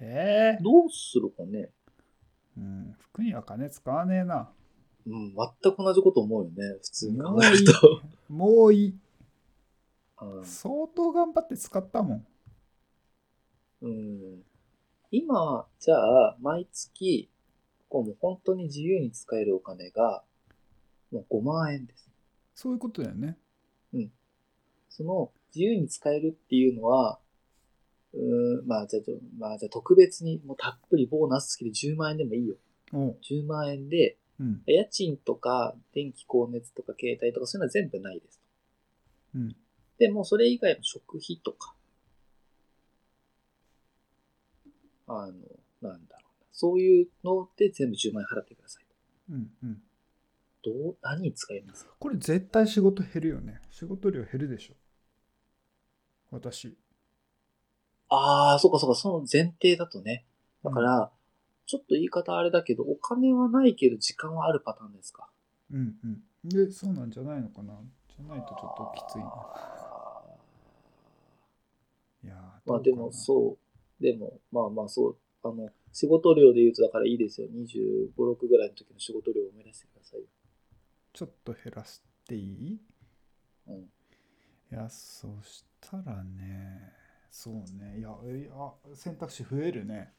A: ええ
B: どうするかね
A: うん、服には金使わねえな。
B: うん、全く同じこと思うよね。普通に
A: も
B: 考
A: う
B: え
A: い
B: る
A: い
B: と。。
A: もういい。
B: うん
A: 相当頑張って使ったもん。
B: うん今、じゃあ、毎月、こうもう本当に自由に使えるお金が、もう5万円です。
A: そういうことだよね。
B: その自由に使えるっていうのは、うーん、まあじゃあ、ちょまあじゃあ特別にもうたっぷりボーナス付きで10万円でもいいよ。
A: おう。
B: 10万円で、
A: うん。
B: 家賃とか電気、光熱とか携帯とかそういうのは全部ないです。
A: うん。
B: で、もうそれ以外の食費とか、あの、なんだろうな。そういうので全部10万円払ってください。
A: うん。うん。
B: どう、何に使いますか
A: これ絶対仕事減るよね。仕事量減るでしょ。私。
B: ああ、そうかそうか、その前提だとね。だから、ちょっと言い方あれだけど、お金はないけど時間はあるパターンですか。
A: うんうん。で、そうなんじゃないのかな。じゃないとちょっときついな。
B: あ
A: いやー
B: ーまあでも
A: う
B: そう、でも、まあまあそう、あの、仕事量で言うとだからいいですよ。25、6ぐらいの時の仕事量を思い出してくださいよ。
A: ちょっと減らしていい
B: うん。
A: いや、そしたらね、そうね。いや、いや選択肢増えるね。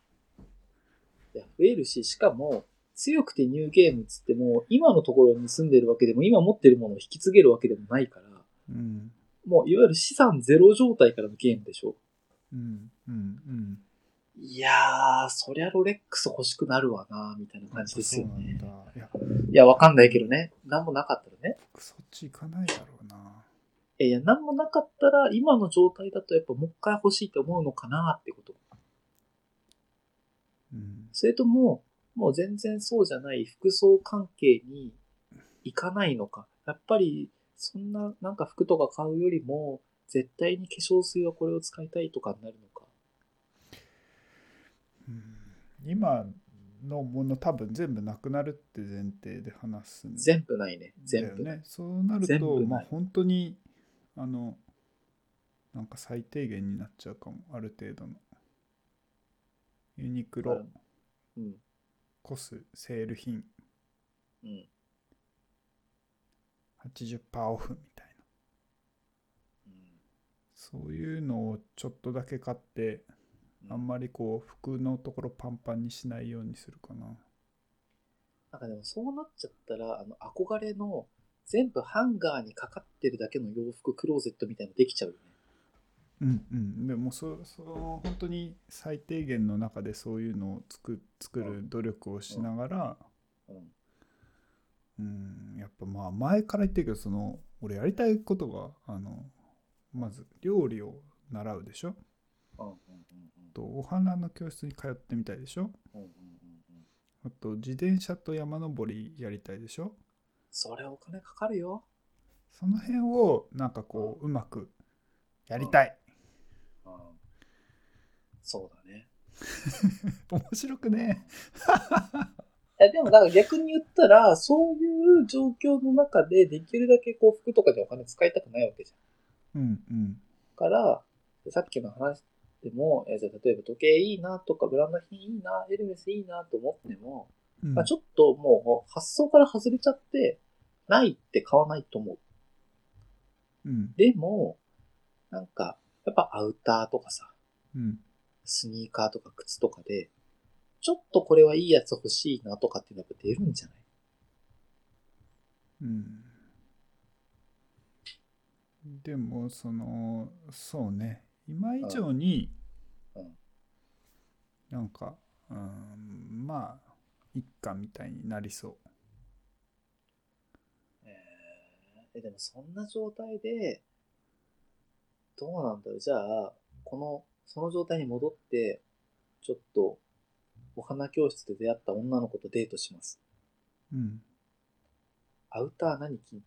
B: いや、増えるし、しかも、強くてニューゲームっつっても、今のところに住んでるわけでも、今持ってるものを引き継げるわけでもないから、
A: うん。
B: もういわゆる資産ゼロ状態からのゲームでしょ。
A: うん。うん。うん。
B: いいやー、そりゃロレックス欲しくなるわなみたいな感じですよね。
A: そうなんだ。いや、
B: いや、わかんないけどね。なんもなかったらね。
A: そっち行かないだろうな。
B: えいや、なんもなかったら、今の状態だとやっぱもう一回欲しいって思うのかなってこと。
A: うん。
B: それとも、もう全然そうじゃない服装関係に行かないのか。やっぱり、そんな、なんか服とか買うよりも、絶対に化粧水はこれを使いたいとかになるのか。
A: うん今のもの多分全部なくなるって前提で話すん
B: 全部ないね。
A: だ
B: 全
A: よ
B: 部ない。
A: ね。そうなる
B: 全
A: と、
B: 部ない
A: まあ本当に、あの、なんか最低限になっちゃうかも、ある程度の。ユニクロ、
B: うん。
A: コス、セール品
B: うん。
A: 80%オフみたいな。そういうのをちょっとだけ買って、あんまりこう服のところパンパンにしないようにするかな。
B: なんかでもそうなっちゃったら、あの、憧れの、全部ハンガーにかかってるだけの洋服クローゼットみたいなのできちゃうよね。
A: うんうん、でもそその本当に最低限の中でそういうのを作作る努力をしながら、
B: うん。
A: うん、やっぱまあ前から言ってるけどその俺やりたいことがあのまず料理を習うでしょ
B: うんう
A: あ
B: ん
A: とお花の教室に通ってみたいでしょ
B: うんうん。
A: あと自転車と山登りやりたいでしょ
B: それお金かかるよ。
A: その辺をなんかこううまくやりたい
B: うん。そうだね。
A: 面白くね
B: え、でもなんか逆に言ったら、そういう状況の中で、できるだけこう服とかでお金使いたくないわけじゃん。
A: うんうん
B: から、さっきの話でも、えじゃあ例えば時計いいなとか、ブランド品いいな、エルメスいいなと思っても、
A: うん
B: まあ、ちょっともう発想から外れちゃって、ないって買わないと思う。
A: うん
B: でも、なんか、やっぱアウターとかさ、
A: うん
B: スニーカーとか靴とかで、ちょっとこれはいいやつ欲しいなとかっていうのはやっぱ出るんじゃない
A: うんでもそのそうね今以上に
B: うんうん
A: なんかうんまあ一家みたいになりそ
B: えーでもそんな状態で、どうなんだろう。じゃあ、この、その状態に戻って、ちょっと、お花教室で出会った女の子とデートします。
A: う、うん
B: アウター何着ん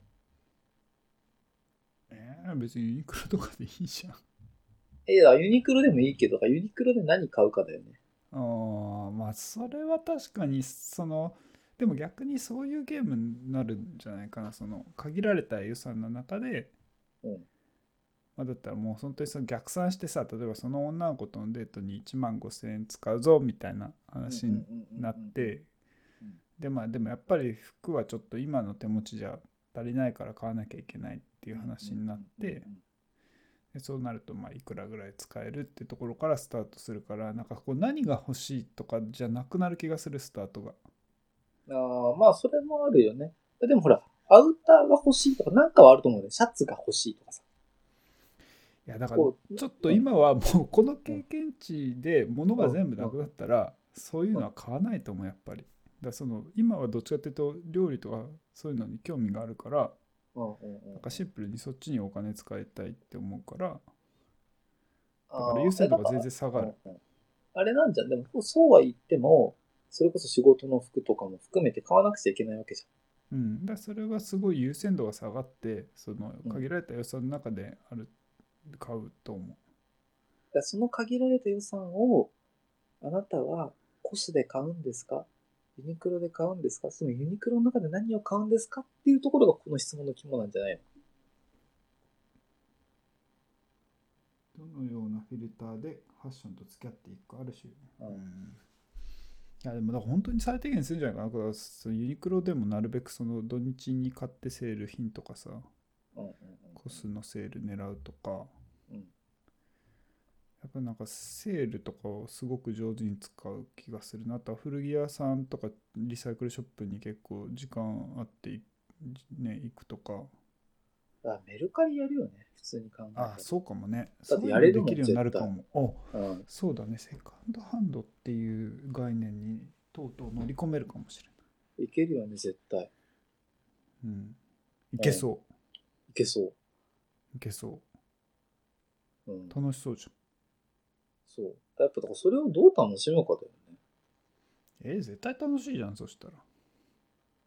A: えー別にユニクロとかでいいじゃんあ
B: え、いやユニクロでもいいけど、ユニクロで何買うかだよね。
A: ーまあそれは確かにそのでも逆にそういうゲームになるんじゃないかなその限られた予算の中で
B: うん。
A: まあ、だったらもう本当にその逆算してさ例えばその女の子とのデートに1万5,000円使うぞみたいな話になっ。て
B: うん
A: でまあでもやっぱり服はちょっと今の手持ちじゃ足りないから買わなきゃいけないっていう話になってでそうなるとまあいくらぐらい使えるってところからスタートするからなんかこう何が欲しいとかじゃなくなる気がするスタートが。
B: ああ、まあ、それもあるよね。でもほら、アウターが欲しいとか、なんかはあると思うね。シャツが欲しいとかさ。
A: いやだから
B: こう
A: ちょっと今はもうこの経験値で物が全部なくなったらそういうのは買わないと思うやっぱり。だからその今はどっちかっていうと料理とかそういうのに興味があるから
B: うんうんうん。
A: なんかシンプルにそっちにお金使いたいって思うから
B: あ
A: だ
B: ー
A: から優先度が全然下がる。
B: うんうんあれなんじゃん。でも、そうは言っても、それこそ仕事の服とかも含めて買わなくちゃいけないわけじ
A: うん、だからそれはすごい優先度が下がってその限られた予算の中である買うと思
B: ゃん。だからその限られた予算を、あなたはコスで買うんですかユニクロで買うんですかそのユニクロの中で何を買うんですかっていうところがこの質問の肝なんじゃないの
A: う。どのようなフィルターでファッションと付き合っていくかある種うんいやでもだから本当に最低限にするんじゃないかなだからそのユニクロでもなるべくその土日に買ってセール品とかさ
B: うんうん
A: コスのセール狙うとかや
B: うんうん。
A: っぱなんかセールとかをすごく上手に使う気がするなあとは古着屋さんとかリサイクルショップに結構時間あっていね行くとか
B: あ、メルカリやるよね、普通に考えたら
A: あ。そうかもね。
B: だ
A: そ
B: っ
A: う
B: て
A: いう
B: や
A: の
B: れ
A: で
B: るもん
A: きるようになるかも。お
B: うん、
A: そうだね、セカンドハンドっていう概念にとうとう乗り込めるかもしれない。
B: いけるよね、絶対。
A: うん、いけそう、
B: いけそ。
A: いけそう
B: うん
A: う。、楽しそうじゃん。
B: そう。やっぱだからそれをどう楽しむかだよね。
A: えー絶対楽しいじゃん、そしたら。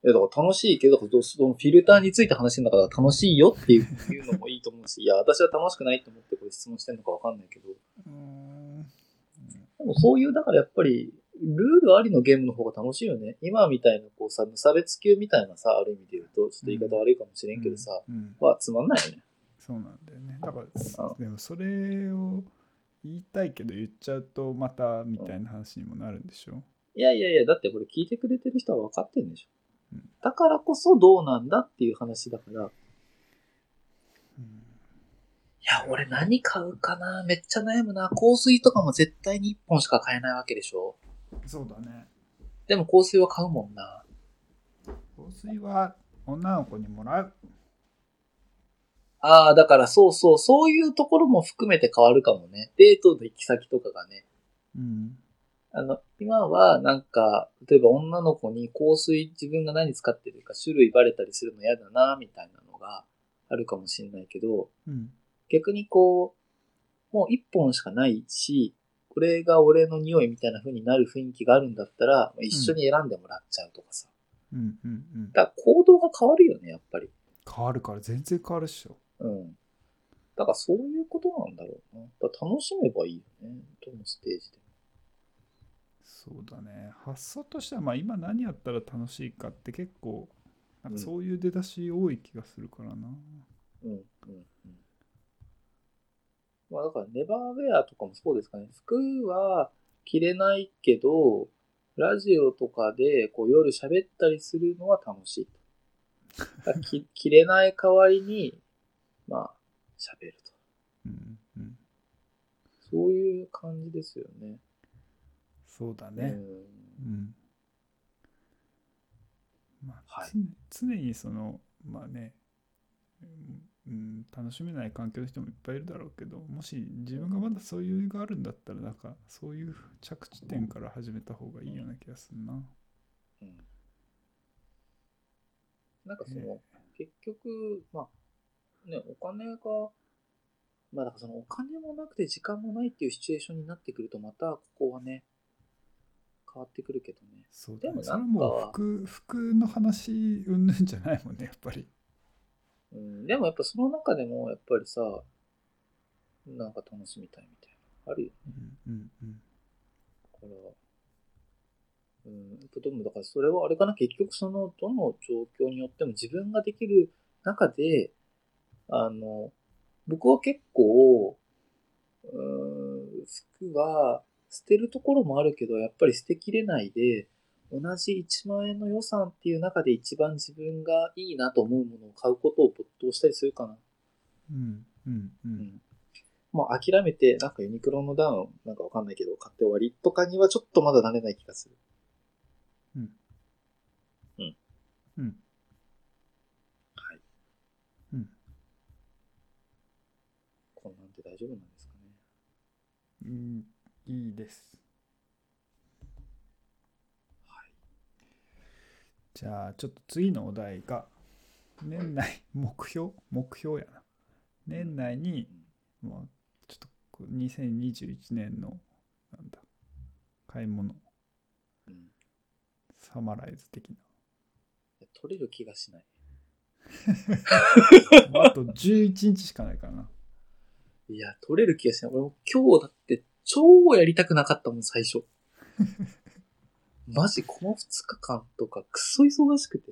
B: いや、だから楽しいけど、だからそのフィルターについて話してんだから楽しいよっていう いうのもいいと思うし、いや、私は楽しくないと思ってこれ質問してるのかわかんないけど、
A: うーん。
B: でもそういう、だからやっぱり、ルールありのゲームの方が楽しいよね。今みたいな、こうさ、無差別級みたいなさ、ある意味で言うと、ちょっと言い方悪いかもしれんけどさ、
A: うんうん
B: はつまんないよね。
A: そうなんだよね。だか
B: あ
A: ら、でもそれを言いたいけど言っちゃうとまたみたいな話にもなるんでしょ
B: いやいやいや、だってこれ聞いてくれてる人は分かってるんでしょ。
A: うん
B: だからこそどうなんだっていう話だから、い
A: うん。
B: や、俺何買うかなめっちゃ悩むな。香水とかも絶対に1本しか買えないわけでしょ。
A: そうだね。
B: でも香水は買うもんな。
A: 香水は女の子にもらう。
B: ああ、だからそうそう、そういうところも含めて変わるかもね。デートの行き先とかがね。
A: うん。
B: あの、今はなんか、例えば女の子に香水自分が何使ってるか種類バレたりするの嫌だな、みたいなのがあるかもしれないけど、
A: うん。
B: 逆にこう、もう一本しかないし、これが俺の匂いみたいな風になる雰囲気があるんだったら、一緒に選んでもらっちゃうとかさ。
A: うんうんうん。
B: だから行動が変わるよね、やっぱり。
A: 変わるから全然変わるっしょ。
B: うん。だからそういうことなんだろうな。だから楽しめばいいよね、どのステージでも。
A: そうだね。発想としてはまあ今何やったら楽しいかって結構なんか
B: うん
A: そういう出だし多い気がするからな。
B: うんうんうん。まあだからネバーウェアとかもそうですかね。服は着れないけど、ラジオとかでこう夜喋ったりするのは楽しい。だからき 着れない代わりに、まあ、喋ると。
A: うんうん。
B: そういう感じですよね。
A: そうだね。
B: うん
A: うんまあ
B: はい
A: つ常にそのまあね、うんうん、楽しめない環境の人もいっぱいいるだろうけどもし自分がまだそういう余裕があるんだったらなんかそういう着地点から始めた方がいいような気がするな。
B: うんなんかそ
A: ね
B: の、結局、まあ、ね、お金が、まあだからそのお金もなくて時間もないっていうシチュエーションになってくるとまたここはね、変わってくるけどね。
A: そうだ
B: でも
A: ね、そ
B: な
A: れは
B: んか
A: もう服服の話うんぬんじゃないもんねやっぱり。
B: うん、でもやっぱその中でもやっぱりさ、なんか楽しみたいみたいな、あるよ。
A: うんうんうん、
B: だから、うん、やっぱでもだからそれはあれかな、結局その、どの状況によっても自分ができる中で、あの、僕は結構、うん、服は捨てるところもあるけど、やっぱり捨てきれないで、同じ1万円の予算っていう中で一番自分がいいなと思うものを買うことを没頭したりするかな。
A: うんうんう
B: うん
A: ん
B: もう諦めて、なんかユニクロのダウン、なんかわかんないけど、買って終わりとかにはちょっとまだ慣れない気がする。
A: うん
B: はい。
A: うん
B: こんなんで大丈夫なんですかね。
A: うんいいです。じゃあちょっと次のお題が年内目標目標やな年内に、まあ、ちょっとこう2021年のなんだ買い物
B: うんうん
A: サマライズ的な
B: 取れる気がしない。
A: もうあと11日しかないからない
B: や、取れる気がしない。俺も今日だって超やりたくなかったもん、最初。マジ、この2日間とかクソ忙しくて。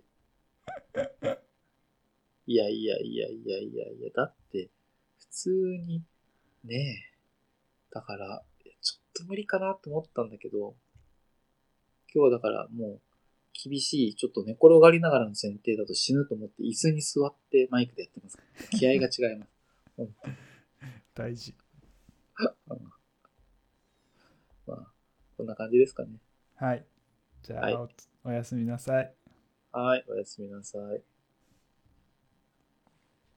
B: いやいやいやいやいやいや、だって、普通に、ねえ。だから、いやちょっと無理かなと思ったんだけど、今日はだからもう、厳しい、ちょっと寝転がりながらの前提だと死ぬと思って、椅子に座ってマイクでやってます。気合が違います。
A: 大事
B: まあ、こんな感じですかね。
A: はいじゃあ、
B: はい
A: おおやすみなさい
B: はい、おやすみなさい。